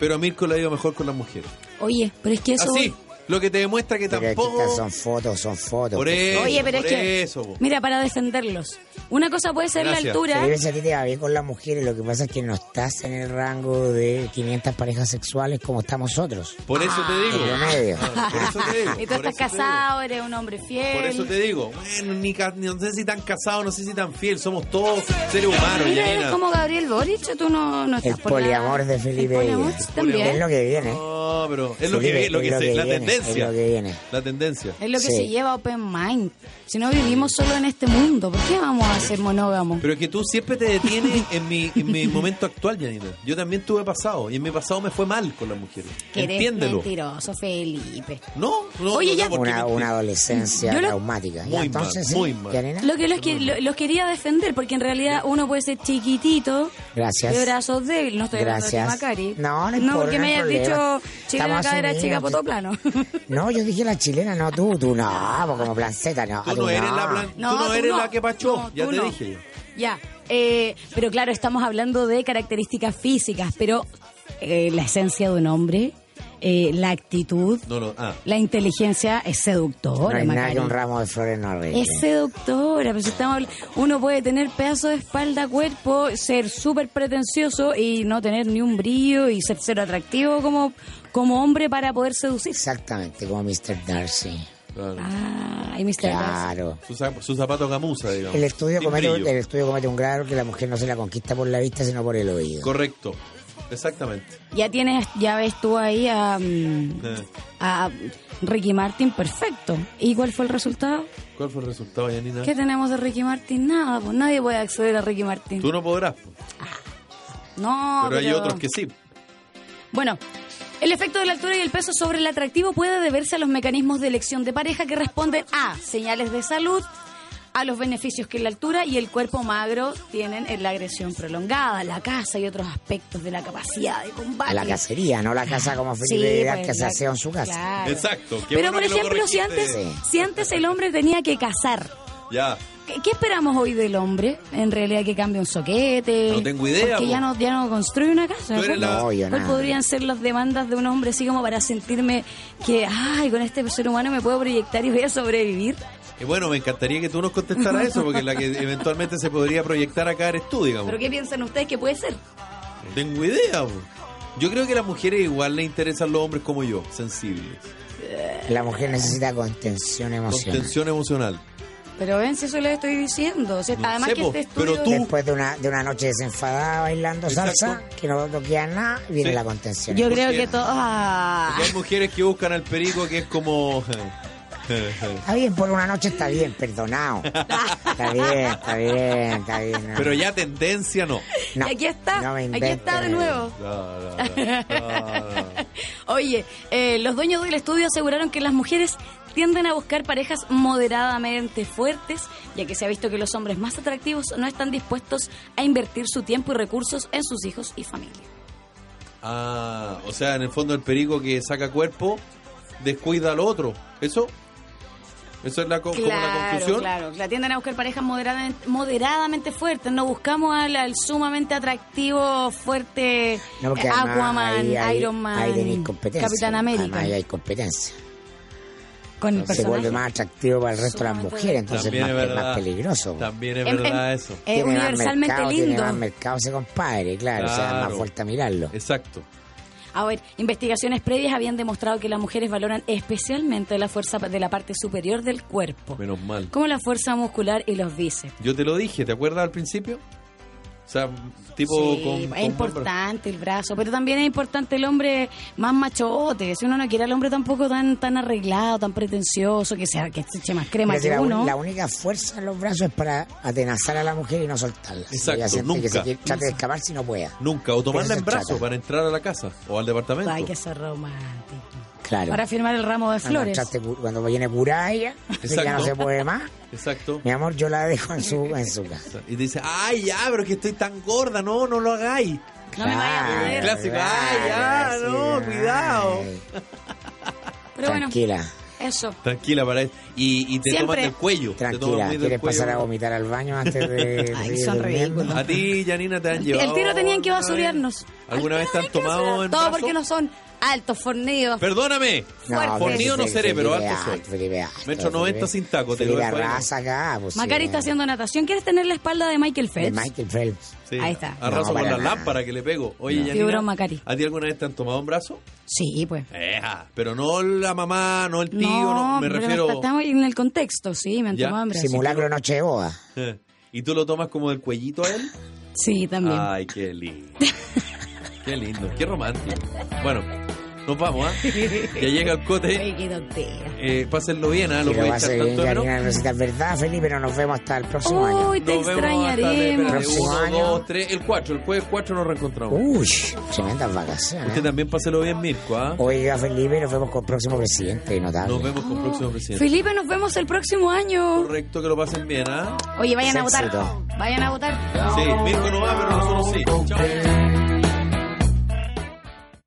Speaker 1: Pero a Mirko le ha ido mejor con las mujeres.
Speaker 3: Oye, pero es que eso.
Speaker 1: Así, lo que te demuestra que
Speaker 2: Pero aquí
Speaker 1: tampoco...
Speaker 2: están- son fotos, son fotos.
Speaker 1: Por eso,
Speaker 3: Oye, pero
Speaker 1: por
Speaker 3: es que.
Speaker 1: eso, po.
Speaker 3: mira, para defenderlos. Una cosa puede ser la
Speaker 1: Gracias.
Speaker 3: altura. eh,
Speaker 2: Pero hay veces a ti te va bien con las mujeres, lo que pasa es que no estás en el rango de 500 parejas sexuales como estamos nosotros.
Speaker 1: Por eso te
Speaker 2: En
Speaker 1: digo.
Speaker 2: promedio.
Speaker 1: Ah, Por eso te digo.
Speaker 3: (laughs) Y tú
Speaker 1: por eso
Speaker 3: estás
Speaker 1: te digo.
Speaker 3: casado, eres un hombre fiel.
Speaker 1: Por eso te digo, bueno, ni ca- no sé si tan casados, no sé si tan fiel, somos todos seres humanos,
Speaker 3: Mira, eres
Speaker 1: Yanina.
Speaker 3: como Gabriel Boric, tú no, no estás
Speaker 2: El poliamor de Felipe
Speaker 3: El poliamor
Speaker 2: Vega.
Speaker 3: también.
Speaker 2: Es lo que viene.
Speaker 1: No, pero es lo
Speaker 2: Felipe,
Speaker 1: que, lo que
Speaker 2: es lo
Speaker 1: se-
Speaker 2: que
Speaker 1: la
Speaker 2: viene.
Speaker 1: tendencia.
Speaker 2: Es lo que viene.
Speaker 1: La tendencia.
Speaker 3: Es lo que
Speaker 2: Sí.
Speaker 3: se lleva Open Mind. Si no vivimos solo en este mundo, ¿por qué vamos a ser monógamos?
Speaker 1: Pero es que tú siempre te detienes en mi, en
Speaker 2: (laughs)
Speaker 1: mi momento actual, Janina. Yo también tuve pasado y en mi pasado me fue mal con las mujeres.
Speaker 3: Que eres
Speaker 1: Entiéndelo.
Speaker 3: mentiroso, Felipe.
Speaker 1: No, no,
Speaker 3: Oye,
Speaker 1: no,
Speaker 3: ya-
Speaker 1: no, porque
Speaker 2: Una,
Speaker 1: me-
Speaker 2: una adolescencia
Speaker 3: Yo lo-
Speaker 2: traumática. Ya,
Speaker 1: Muy mal,
Speaker 2: entonces,
Speaker 1: muy
Speaker 2: sí,
Speaker 1: mal.
Speaker 2: Yanina,
Speaker 3: Lo que los, que- lo- los quería defender, porque en realidad uno puede ser chiquitito,
Speaker 2: Gracias.
Speaker 3: de brazos débiles. No estoy
Speaker 2: Gracias.
Speaker 3: hablando de Macari.
Speaker 2: No, no importa,
Speaker 3: porque
Speaker 2: no
Speaker 3: me
Speaker 2: hay
Speaker 3: hayas
Speaker 2: problema.
Speaker 3: dicho chilena
Speaker 2: Estamos
Speaker 3: cadera,
Speaker 2: asumidos.
Speaker 3: chica potoplano. (laughs)
Speaker 2: No, yo dije la chilena, no tú, tú no, pues como planceta, no.
Speaker 1: Tú no eres la plan- Tú no eres la que pachó, ya
Speaker 3: tú
Speaker 1: te dije yo.
Speaker 3: Ya, eh, pero claro, estamos hablando de características físicas, pero eh, la esencia de un hombre, eh, la actitud,
Speaker 1: No, no, ah.
Speaker 3: la inteligencia es
Speaker 2: No
Speaker 3: seductora,
Speaker 2: hay nada
Speaker 3: Macari.
Speaker 2: que un ramo de flores no arregle.
Speaker 3: Es seductora, pero si estamos habl- uno puede tener pedazos de espalda, cuerpo, ser súper pretencioso y no tener ni un brillo y ser cero atractivo como, como hombre para poder seducirse.
Speaker 2: Exactamente, como Mr. Darcy.
Speaker 1: Claro.
Speaker 3: Ah, y Mr. Darcy.
Speaker 2: Claro.
Speaker 1: Su, zap- su zapato camusa, digamos.
Speaker 2: El estudio,
Speaker 1: Sin
Speaker 2: comete,
Speaker 1: brillo.
Speaker 2: el estudio comete un grado que la mujer no se la conquista por la vista, sino por el oído.
Speaker 1: Correcto. Exactamente.
Speaker 3: Ya tienes, ya ves tú ahí a, mm,
Speaker 1: Eh.
Speaker 3: a Ricky Martin perfecto. ¿Y cuál fue el resultado?
Speaker 1: ¿Cuál fue el resultado, Janina?
Speaker 3: ¿Qué tenemos de Ricky Martin? Nada, pues nadie puede acceder a Ricky Martin.
Speaker 1: Tú no podrás, po.
Speaker 3: No,
Speaker 1: pero hay otros que sí.
Speaker 3: Bueno, el efecto de la altura y el peso sobre el atractivo puede deberse a los mecanismos de elección de pareja que responden a señales de salud, a los beneficios que la altura y el cuerpo magro tienen en la agresión prolongada, la caza y otros aspectos de la capacidad de combate.
Speaker 2: La cacería, no la casa como
Speaker 3: (laughs) Sí,
Speaker 2: Felipe Vidal,
Speaker 3: pues,
Speaker 2: que se
Speaker 3: la-
Speaker 2: hacía en su casa.
Speaker 3: claro.
Speaker 1: Exacto. Qué bueno
Speaker 3: Pero por
Speaker 1: que lo
Speaker 3: ejemplo, si antes,
Speaker 1: corregiste.
Speaker 3: si antes el hombre tenía que cazar,
Speaker 1: Ya.
Speaker 3: ¿qué, qué esperamos hoy del hombre? En realidad que cambie un soquete.
Speaker 1: No tengo idea,
Speaker 3: Porque ya
Speaker 1: po.
Speaker 3: no, ya no construye una casa.
Speaker 1: Tú eres
Speaker 3: ¿Cuál-
Speaker 1: la-
Speaker 2: No, yo
Speaker 3: ¿Cuál
Speaker 2: nada.
Speaker 3: podrían ser las demandas de un hombre así como para sentirme que, ay, con este ser humano me puedo proyectar y voy a sobrevivir?
Speaker 1: Y bueno, me encantaría que tú nos contestaras eso, porque
Speaker 3: (laughs)
Speaker 1: la que eventualmente se podría proyectar acá eres tú, digamos.
Speaker 3: ¿Pero qué piensan ustedes que puede ser?
Speaker 1: No Tengo idea, po. Yo creo que a las mujeres igual les interesan los hombres como yo, sensibles.
Speaker 2: La mujer necesita contención emocional.
Speaker 1: Contención emocional.
Speaker 3: Pero ven, si eso les estoy diciendo. O sea,
Speaker 1: No
Speaker 3: además
Speaker 1: sé,
Speaker 3: que
Speaker 1: po,
Speaker 3: este
Speaker 1: pero
Speaker 3: estudio...
Speaker 1: tú-
Speaker 2: Después de una, de una noche desenfadada bailando
Speaker 1: Exacto.
Speaker 2: salsa, que no toquea nada, viene
Speaker 1: Sí.
Speaker 2: la contención.
Speaker 3: Yo
Speaker 1: ¿Por
Speaker 3: creo
Speaker 1: qué?
Speaker 3: que todo... ah.
Speaker 1: Porque hay mujeres que buscan al perico que es como... (laughs)
Speaker 2: Está bien, por una noche está bien, perdonado. está bien, está bien, está bien. no.
Speaker 1: Pero ya tendencia
Speaker 3: (laughs)
Speaker 1: no. Ah,
Speaker 2: No,
Speaker 3: y aquí está,
Speaker 2: no me
Speaker 3: aquí
Speaker 2: inventes.
Speaker 3: está de nuevo.
Speaker 1: No, no, no, no.
Speaker 3: Oye, eh, los dueños del estudio aseguraron que las mujeres tienden a buscar parejas moderadamente fuertes, ya que se ha visto que los hombres más atractivos no están dispuestos a invertir su tiempo y recursos en sus hijos y familia.
Speaker 1: Ah, o sea, en el fondo el perico que saca cuerpo descuida al otro. ¿Eso? ¿Eso es la, co- como la conclusión?
Speaker 3: claro. La tienden a buscar parejas moderadamente, moderadamente fuertes. No buscamos al, al sumamente atractivo, fuerte
Speaker 2: No, porque
Speaker 3: eh,
Speaker 2: además
Speaker 3: Aquaman,
Speaker 2: ahí hay-
Speaker 3: Iron Man,
Speaker 2: ahí tenéis competencia.
Speaker 3: Capitán América.
Speaker 2: Además, ahí hay competencia.
Speaker 3: con el
Speaker 2: Se vuelve
Speaker 3: Mm, personaje.
Speaker 2: más atractivo para el resto de las
Speaker 3: Sumamente
Speaker 2: mujeres, entonces
Speaker 1: También
Speaker 2: más,
Speaker 1: es verdad.
Speaker 2: más peligroso. pues.
Speaker 1: También es
Speaker 3: En- en-
Speaker 1: verdad eso.
Speaker 3: eh,
Speaker 2: Tiene más
Speaker 3: universalmente
Speaker 2: mercado, Tiene
Speaker 3: lindo.
Speaker 2: más mercado ese compadre, claro, o sea,
Speaker 1: Claro.
Speaker 2: más fuerte a mirarlo.
Speaker 1: Exacto.
Speaker 3: A ver, investigaciones previas habían demostrado que las mujeres valoran especialmente la fuerza de la parte superior del cuerpo,
Speaker 1: Menos mal.
Speaker 3: como la fuerza muscular y los bíceps.
Speaker 1: Yo te lo dije, ¿te acuerdas al principio? O sea, tipo
Speaker 3: Sí,
Speaker 1: con... con
Speaker 3: es importante el brazo, pero también es importante el hombre más machote. Si uno no quiere al hombre tampoco tan tan arreglado, tan pretencioso, que sea que se eche más crema
Speaker 2: Mira que
Speaker 3: que
Speaker 2: la, un-
Speaker 3: uno.
Speaker 2: la única fuerza en los brazos es para atenazar a la mujer y no soltarla.
Speaker 1: Exacto,
Speaker 2: Ella siente
Speaker 1: nunca.
Speaker 2: que se quiere- trate de escapar si no pueda.
Speaker 1: Nunca, o tomarla
Speaker 2: Pero
Speaker 1: en
Speaker 2: se
Speaker 1: brazo
Speaker 2: trata.
Speaker 1: para entrar a la casa o al departamento.
Speaker 3: Hay que ser romántico.
Speaker 2: Claro.
Speaker 3: Para firmar el ramo de
Speaker 2: cuando,
Speaker 3: flores.
Speaker 2: trate cu- cuando viene curada ella, ya no
Speaker 1: Exacto.
Speaker 2: se puede más.
Speaker 1: Exacto.
Speaker 2: Mi amor, yo la dejo en su, en su casa.
Speaker 1: Y dice, ay, ya, pero que estoy tan gorda, no, no lo hagáis.
Speaker 3: No me vaya a
Speaker 2: Ah, Claro,
Speaker 3: poder.
Speaker 1: Clásico, ay, ya,
Speaker 2: claro,
Speaker 1: no,
Speaker 2: sí,
Speaker 1: cuidado.
Speaker 2: ay.
Speaker 3: Pero bueno,
Speaker 2: tranquila,
Speaker 3: eso.
Speaker 1: Tranquila para él. Y, y te
Speaker 3: Siempre.
Speaker 1: toman del cuello. te toman
Speaker 2: tranquila.
Speaker 1: muy del
Speaker 2: ¿Quieres
Speaker 1: cuello.
Speaker 2: pasar a vomitar al baño
Speaker 1: (laughs)
Speaker 2: antes de
Speaker 3: Ay,
Speaker 2: seguir
Speaker 3: son
Speaker 2: durmiendo?
Speaker 3: ridículos.
Speaker 1: A ti, Janina, te han
Speaker 3: El
Speaker 1: llevado.
Speaker 3: tiro tenían que
Speaker 1: alguna vez?
Speaker 3: basurearnos.
Speaker 1: ¿Alguna vez te han tomado en
Speaker 3: Todo
Speaker 1: brazo?
Speaker 3: porque no son altos, fornidos,
Speaker 1: Perdóname.
Speaker 3: Fuerte.
Speaker 2: pero
Speaker 1: Fornido
Speaker 2: si
Speaker 1: no
Speaker 2: Fe-
Speaker 1: seré, pero
Speaker 2: pues, Felipe
Speaker 1: alto soy.
Speaker 2: Ast- Felipe Ast-
Speaker 1: Metro
Speaker 2: Felipe-
Speaker 1: 90 sin taco, te lo
Speaker 2: Felipe
Speaker 1: dejo ahí.
Speaker 2: arrasa acá, pues, sí,
Speaker 3: Macari está
Speaker 2: eh,
Speaker 3: haciendo natación. ¿Quieres tener la espalda de Michael
Speaker 2: de
Speaker 3: Phelps?
Speaker 2: Michael Phelps.
Speaker 1: Sí,
Speaker 3: Ahí está.
Speaker 1: Arraso
Speaker 2: No,
Speaker 1: con
Speaker 2: para
Speaker 1: la
Speaker 2: nada.
Speaker 1: lámpara que le pego. Oye, Yanina,
Speaker 3: Tiburón Macari.
Speaker 1: ¿A ti alguna vez te han tomado un brazo?
Speaker 3: Sí, pues.
Speaker 1: Ejá, pero no la mamá, no el tío, no, me
Speaker 3: pero
Speaker 1: refiero.
Speaker 3: Estamos en el contexto, sí, me han
Speaker 1: Ya.
Speaker 3: tomado hambre. sí.
Speaker 2: Simulacro noche de boda.
Speaker 1: Eh, (laughs) ¿Y tú lo tomas como del cuellito a él? Ah,
Speaker 3: Sí, también. (laughs)
Speaker 1: Ay, qué lindo. Qué lindo, qué romántico. Bueno, Nos
Speaker 3: (laughs)
Speaker 1: vamos, ¿ah? Ya llega el
Speaker 5: Oye,
Speaker 1: cote.
Speaker 5: qué tontera.
Speaker 1: eh, pásenlo bien, ¿ah? Lo
Speaker 2: Que lo
Speaker 1: voy a
Speaker 2: va a
Speaker 1: echar
Speaker 2: hacer bien,
Speaker 1: tanto de menos.
Speaker 2: Karina Rosita. Es verdad, Felipe, pero nos vemos hasta el próximo año.
Speaker 3: Uy, te
Speaker 1: Nos vemos hasta el- espérate,
Speaker 2: Próximo
Speaker 1: uno,
Speaker 2: año. Uh.
Speaker 1: dos, tres, el 4, el jueves 4 nos reencontramos.
Speaker 2: Uy, tremendas vacaciones.
Speaker 1: Oh.
Speaker 2: ¿eh?
Speaker 1: Usted también páselo bien, Mirko, ¿ah?
Speaker 2: Oiga, Felipe, nos vemos con el próximo presidente, notable.
Speaker 1: Nos vemos con el próximo presidente.
Speaker 3: Felipe, nos vemos el próximo año.
Speaker 1: Correcto, que lo pasen bien, ¿ah?
Speaker 3: Oye, vayan a votar.
Speaker 2: Éxito.
Speaker 3: Vayan a votar.
Speaker 1: Sí, Mirko no va, pero nosotros sí. Chao.